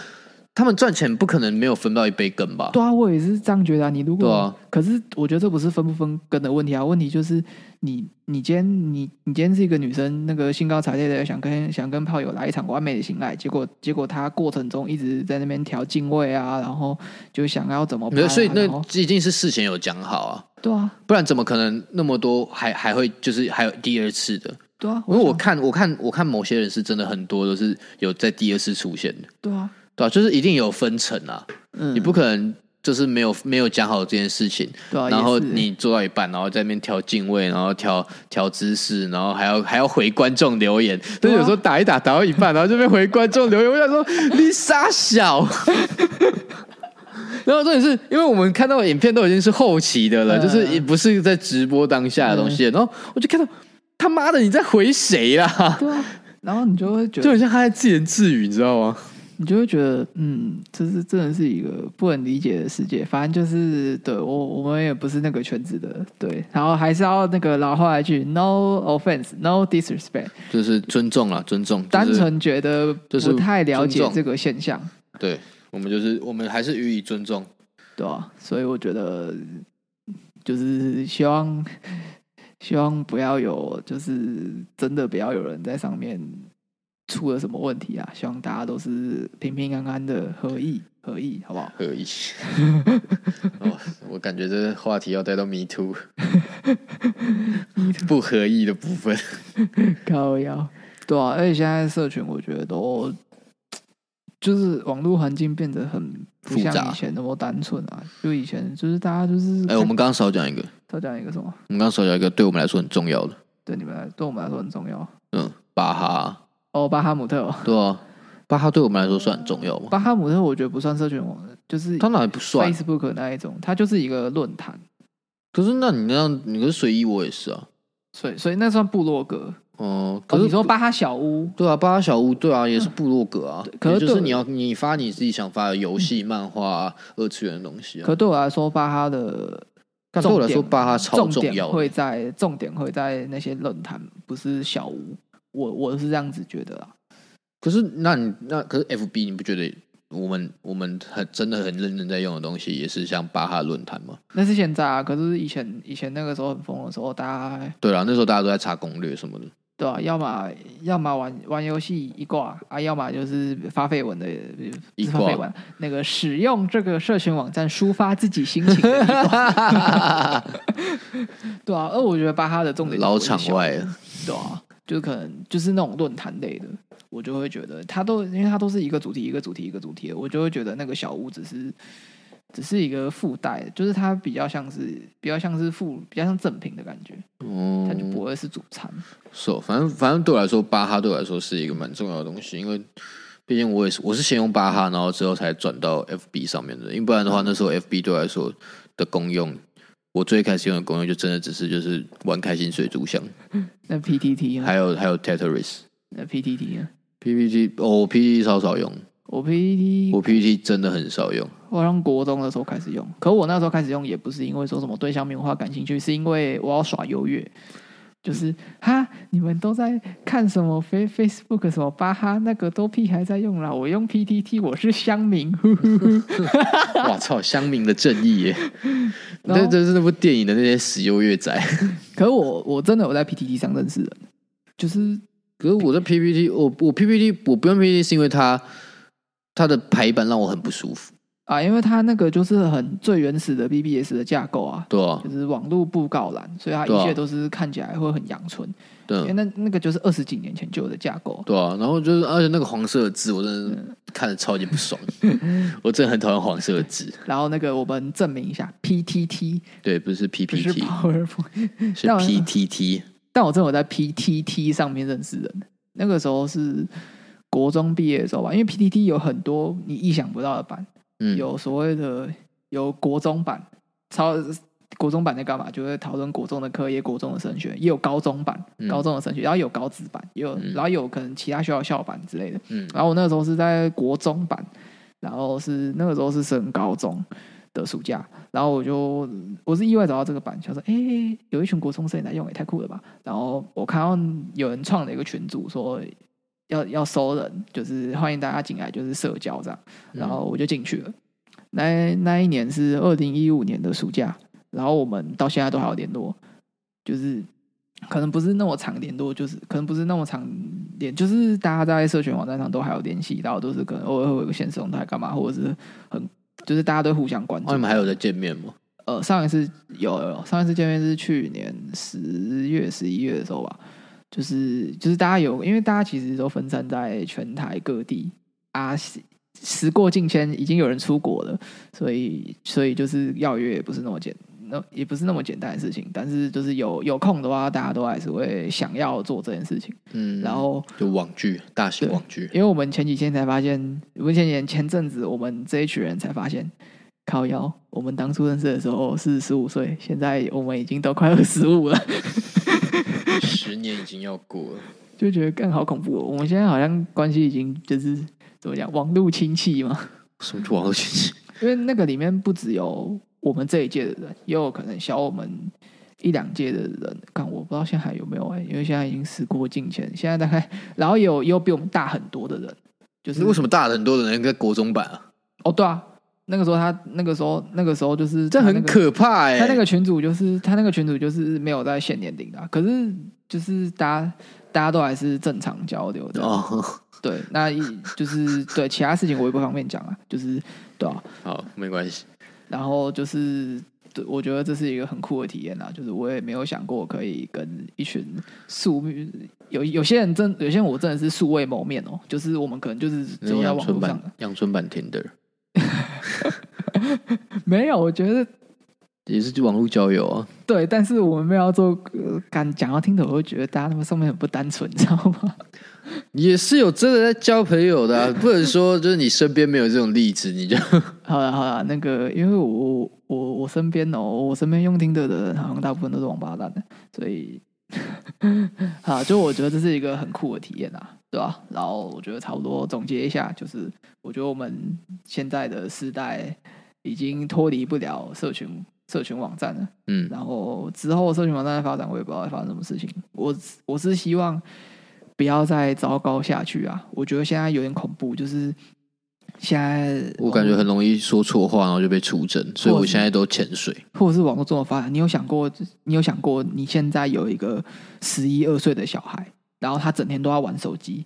Speaker 2: 他们赚钱不可能没有分到一杯羹吧？
Speaker 1: 对啊，我也是这样觉得、啊。你如果，
Speaker 2: 对啊
Speaker 1: 可是我觉得这不是分不分根的问题啊，问题就是你你今天你你今天是一个女生，那个兴高采烈的想跟想跟炮友来一场完美的性爱，结果结果她过程中一直在那边调敬位啊，然后就想要怎么拍啊、
Speaker 2: 没有，所以那
Speaker 1: 然后
Speaker 2: 一定是事前有讲好啊，
Speaker 1: 对啊
Speaker 2: 不然怎么可能那么多还还会就是还有第二次的？
Speaker 1: 对啊，
Speaker 2: 因为我
Speaker 1: 想
Speaker 2: 看我看我看某些人是真的很多都是有在第二次出现的。
Speaker 1: 对啊，
Speaker 2: 对啊，就是一定有分层啊，
Speaker 1: 嗯，
Speaker 2: 你不可能就是没有没有讲好这件事情，
Speaker 1: 对啊，
Speaker 2: 然后
Speaker 1: 也是
Speaker 2: 你做到一半，然后在那边调敬位，然后调调姿势，然后还要还要回观众留言，但是有时候打一打打到一半，然后就被回观众留言，我想说你傻小。 然后重点是因为我们看到的影片都已经是后期的了，
Speaker 1: 嗯
Speaker 2: 就是也不是在直播当下的东西，然后我就看到他妈的你在回谁啊？
Speaker 1: 对啊，然后你就会觉
Speaker 2: 就
Speaker 1: 得，
Speaker 2: 很像他在自言自语，你知道吗？
Speaker 1: 你就会觉得，嗯，这是真的是一个不能理解的世界。反正就是，对我我们也不是那个圈子的，对。然后还是要那个老话一句，no offense，no disrespect，
Speaker 2: 就是尊重啦，尊重，就是
Speaker 1: 单纯觉得
Speaker 2: 就是
Speaker 1: 不太了解
Speaker 2: 尊重
Speaker 1: 这个现象，
Speaker 2: 对，我们就是我们还是予以尊重。
Speaker 1: 对吧、所以我觉得，就是希望。 希望不要有，就是真的不要有人在上面出了什么问题啊！希望大家都是平平安安的，合意合意，好不好？
Speaker 2: 合一。哦，我感觉这话题要带到 Me Too 不合意的部分。
Speaker 1: 高腰，对啊，而且现在社群我觉得都就是网络环境变得很不
Speaker 2: 复杂
Speaker 1: 像以前那么单纯啊，就以前就是大家就是
Speaker 2: 哎、我们刚刚少讲一个，
Speaker 1: 再讲一个什么，
Speaker 2: 我们刚刚少讲一个对我们来说很重要的，
Speaker 1: 对你们来对我们来说很重要
Speaker 2: 嗯，巴哈，
Speaker 1: 哦，巴哈姆特哦，
Speaker 2: 对啊，巴哈对我们来说算很重要吗？
Speaker 1: 巴哈姆特我觉得不算社群网，就是
Speaker 2: 当然不算，
Speaker 1: Facebook 那一种，它就是一个论坛，
Speaker 2: 可是那你那样，你跟随意我也是啊，
Speaker 1: 所以所以那算部落格。
Speaker 2: 哦、可
Speaker 1: 哦，
Speaker 2: 是、
Speaker 1: 你说巴哈小屋，
Speaker 2: 对啊，巴哈小屋对啊，也是部落格啊，
Speaker 1: 可是
Speaker 2: 也就是
Speaker 1: 对
Speaker 2: 你要你发你自己想发的游戏、漫画、啊、二次元的东西啊。
Speaker 1: 可对我来说，巴哈的
Speaker 2: 但对我来
Speaker 1: 重
Speaker 2: 说，
Speaker 1: 点
Speaker 2: 巴哈超
Speaker 1: 重
Speaker 2: 重
Speaker 1: 点
Speaker 2: 要的
Speaker 1: 会在重点会在那些论坛，不是小屋。我我是这样子觉得啊，
Speaker 2: 可是，那你那可是 FB，你不觉得我们我们很真的很认真在用的东西，也是像巴哈论坛吗？
Speaker 1: 那是现在啊，可是以前以前那个时候很疯的时候，大家
Speaker 2: 对啊啦，那时候大家都在查攻略什么的。
Speaker 1: 对啊，要么要么玩玩游戏一挂啊，要么就是发绯闻的不
Speaker 2: 一
Speaker 1: 是
Speaker 2: 挂
Speaker 1: 发绯 闻，那个使用这个社群网站抒发自己心情的一挂，对啊，而我觉得巴哈的重点就
Speaker 2: 老
Speaker 1: 不是小
Speaker 2: 场外了，
Speaker 1: 对啊，就是可能就是那种论坛类的，我就会觉得它都因为它都是一个主题一个主题一个主题的，我就会觉得那个小屋只是只是一个附带，就是它比较像是比较像是附比较像赠品的感觉，它就
Speaker 2: 嗯，
Speaker 1: 不会是主餐。
Speaker 2: 是、哦，反正反正对我来说，巴哈对我来说是一个蛮重要的东西，因为毕竟我也是我是先用巴哈，然后之后才转到 FB 上面的，因为不然
Speaker 1: 嗯
Speaker 2: 的话，那时候 FB 对我来说的功用，我最开始用的功用就真的只是就是玩开心水族箱，
Speaker 1: 那 PTT 呢？
Speaker 2: 还有还有 Tetris。
Speaker 1: 那 PTT 呢？
Speaker 2: PPT 哦，PPT 超少用，
Speaker 1: 我 PPT
Speaker 2: 我 PPT 真的很 少用，
Speaker 1: 我好像国中的时候开始用，可我那时候开始用也不是因为说什么对象面化感兴趣，是因为我要耍优越，就是哈，你们都在看什么 Face Facebook 什么巴哈那个都屁还在用啦，我用 PTT 我是乡民， 呼呼呼
Speaker 2: 哇操，乡民的正义耶！
Speaker 1: 然后
Speaker 2: 那这是那部电影的那些死优越仔。
Speaker 1: 可我我真的有在 PTT 上认识人，就是
Speaker 2: 可是我的 PPT，我我 PPT 我不用 PPT 是因为它它的排版让我很不舒服，
Speaker 1: 啊，因为它那个就是很最原始的 BBS 的架构啊，
Speaker 2: 对啊
Speaker 1: 就，是网络布告栏，所以它
Speaker 2: 对
Speaker 1: 一
Speaker 2: 啊
Speaker 1: 切都是看起来会很阳春，
Speaker 2: 对
Speaker 1: 因为
Speaker 2: 啊
Speaker 1: 那那个就是二十几年前就有的架构。
Speaker 2: 对啊。然后就是，而且那个黄色的字，我真
Speaker 1: 嗯
Speaker 2: 的是看着超级不 爽，我真的很讨厌黄色的字。
Speaker 1: 然后那个我们证明一下，PTT
Speaker 2: 对，不是
Speaker 1: 不是
Speaker 2: PPT，
Speaker 1: PowerPoint，
Speaker 2: 是
Speaker 1: 那我
Speaker 2: PTT。
Speaker 1: 但我真的有在 PTT 上面认识人，那个时候是国中毕业的时候吧，因为 PTT 有很多你意想不到的版，
Speaker 2: 嗯，
Speaker 1: 有所谓的有国中版，超国中版在干嘛？就会讨论国中的课业、国中的升学，也有高中版、
Speaker 2: 嗯
Speaker 1: 高中的升学，然后有高职版，也有，
Speaker 2: 嗯
Speaker 1: 然后有可能其他学校的校版之类的。
Speaker 2: 嗯
Speaker 1: 然后我那个时候是在国中版，然后是那个时候是升高中的暑假，然后我就我是意外找到这个版，想说哎、诶有一群国中生也在用，也太酷了吧！然后我看到有人创了一个群组说。要要收人，就是欢迎大家进来，就是社交这样。
Speaker 2: 嗯
Speaker 1: 然后我就进去了。那那一年是二零一五年的暑假，然后我们到现在都还有联络，就是可能不是那么常联络，就是可能不是那么常联，就是大家在社群网站上都还有联系，然后都是可能偶尔会有个现实动态干嘛，或者是很就是大家都会互相关注
Speaker 2: 哦，你。们还有在见面吗？
Speaker 1: 呃，上一次有有有上一次见面是去年十月十一月的时候吧，就是就是大家有，因为大家其实都分散在全台各地啊，时时过境迁，已经有人出国了，所以所以就是要约也不是那么简，那也不是那么简单的事情，但是就是有有空的话，大家都还是会想要做这件事情，
Speaker 2: 嗯，
Speaker 1: 然后
Speaker 2: 有网剧，大型
Speaker 1: 对
Speaker 2: 网 剧。
Speaker 1: 因为我们前几天才发现，我们前几天前阵子我们这一群人才发现，靠腰，我们当初认识的时候是十五岁，现在我们已经都快二十五了，
Speaker 2: 十年已经要过了，
Speaker 1: 就觉得更好恐怖、哦。我们现在好像关系已经就是怎么讲，网络亲戚嘛，
Speaker 2: 什么网络剧情？
Speaker 1: 因为那个里面不只有我们这一届的人，也有可能小我们一两届的人。看我不知道现在还有没有哎、因为现在已经时过境迁，现在大概，然后也有也有比我们大很多的人，就是
Speaker 2: 你为什么大了很多的人在国中版啊？
Speaker 1: 哦，对啊，那个时候他那个时候那个时候就是
Speaker 2: 这
Speaker 1: 他那
Speaker 2: 很
Speaker 1: 个
Speaker 2: 可怕哎、
Speaker 1: 他那个群主就是他那个群主就是没有在限年龄的啊、可是就是大家大家都还是正常交流的。
Speaker 2: 哦，
Speaker 1: 对，那一就是 对其他事情我也不方便讲啊，就是对啊，
Speaker 2: 好，没关系。
Speaker 1: 然后就是。对，我觉得这是一个很酷的体验啊！就是我也没有想过可以跟一群素有有些人真有些人我真的是素未谋面哦，就是我们可能就是只
Speaker 2: 那
Speaker 1: 有在
Speaker 2: 阳
Speaker 1: 网
Speaker 2: 春
Speaker 1: 络上
Speaker 2: 版，阳春版 Tinder
Speaker 1: 没有，我觉得
Speaker 2: 也是网络交友啊，
Speaker 1: 对，但是我们没有要做，呃敢讲到听的，我会觉得大家他们上面很不单纯，你知道吗？
Speaker 2: 也是有真的在交朋友 的、啊，不能说就是你身边没有这种例子， 你就
Speaker 1: 好了好了，那个因为我我我身边哦，我身边用听的的人好像大部分都是王八蛋的，所以 好，就我觉得这是一个很酷的体验啊，对吧、然后我觉得差不多总结一下，就是我觉得我们现在的时代已经脱离不了社群社群网站了。
Speaker 2: 嗯，
Speaker 1: 然后之后社群网站的发展，我也不知道会发生什么事情。我我是希望不要再糟糕下去啊！我觉得现在有点恐怖，就是现在
Speaker 2: 我感觉很容易说错话，然后就被出征，所以
Speaker 1: 或
Speaker 2: 我
Speaker 1: 者
Speaker 2: 现在都潜水。
Speaker 1: 或者是网络这么发展，你有想过，你有想过你现在有一个十一二岁的小孩，然后他整天都要玩手机，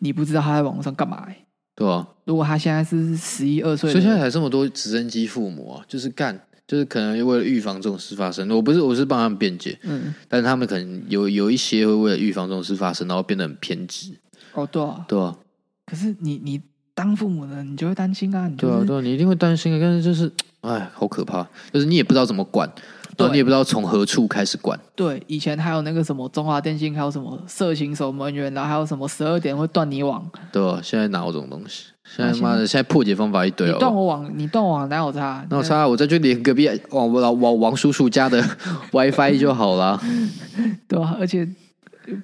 Speaker 1: 你不知道他在网络上干嘛、欸？
Speaker 2: 对啊，
Speaker 1: 如果他现在是十一二岁
Speaker 2: 所
Speaker 1: 的，
Speaker 2: 以现在才这么多直升机父母啊，就是干，就是可能为了预防这种事发生，我不是我是帮他们辩解，
Speaker 1: 嗯，
Speaker 2: 但是他们可能有有一些会为了预防这种事发生，然后变得很偏执，
Speaker 1: 哦对啊，
Speaker 2: 对啊，
Speaker 1: 可是你你当父母的，你就会担心啊，你就
Speaker 2: 对啊，
Speaker 1: 是
Speaker 2: 对啊，你一定会担心的，但是就是，哎，好可怕，就是你也不知道怎么管，然
Speaker 1: 对
Speaker 2: 后你也不知道从何处开始管，
Speaker 1: 对，以前还有那个什么中华电信，还有什么色情守门员，然后还有什么十二点会断你网，
Speaker 2: 对吧、现在哪有这种东西？现
Speaker 1: 啊现
Speaker 2: 在
Speaker 1: 在
Speaker 2: 妈的，现在破解方法一堆
Speaker 1: 你断
Speaker 2: 哦。
Speaker 1: 我网，你断我网哪有差？
Speaker 2: 那我差，啊我再去连隔壁 王王王王叔叔家的 WiFi 就好啦。
Speaker 1: 对啊，而且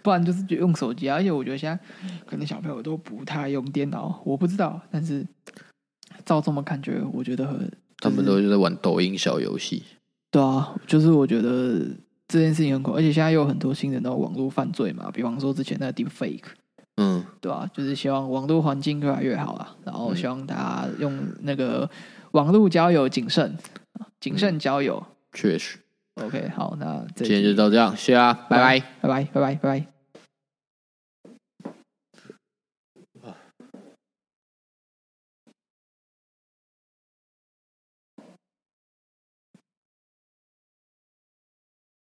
Speaker 1: 不然就是就用手机啊。而且我觉得现在可能小朋友都不太用电脑，我不知道，但是照这么看，觉得我觉得很
Speaker 2: 他们都是在玩抖音小游戏。
Speaker 1: 对啊，就是我觉得这件事情很恐怖，而且现在又有很多新人到网络犯罪嘛，比方说之前那个 Deep Fake，
Speaker 2: 嗯，
Speaker 1: 对吧、就是希望网络环境越来越好啊，然后希望大家用那个网络交友谨慎，谨慎交友。
Speaker 2: 确实。
Speaker 1: OK，好，那这
Speaker 2: 今天就到这样，谢啦，拜拜。
Speaker 1: 拜拜拜拜拜拜。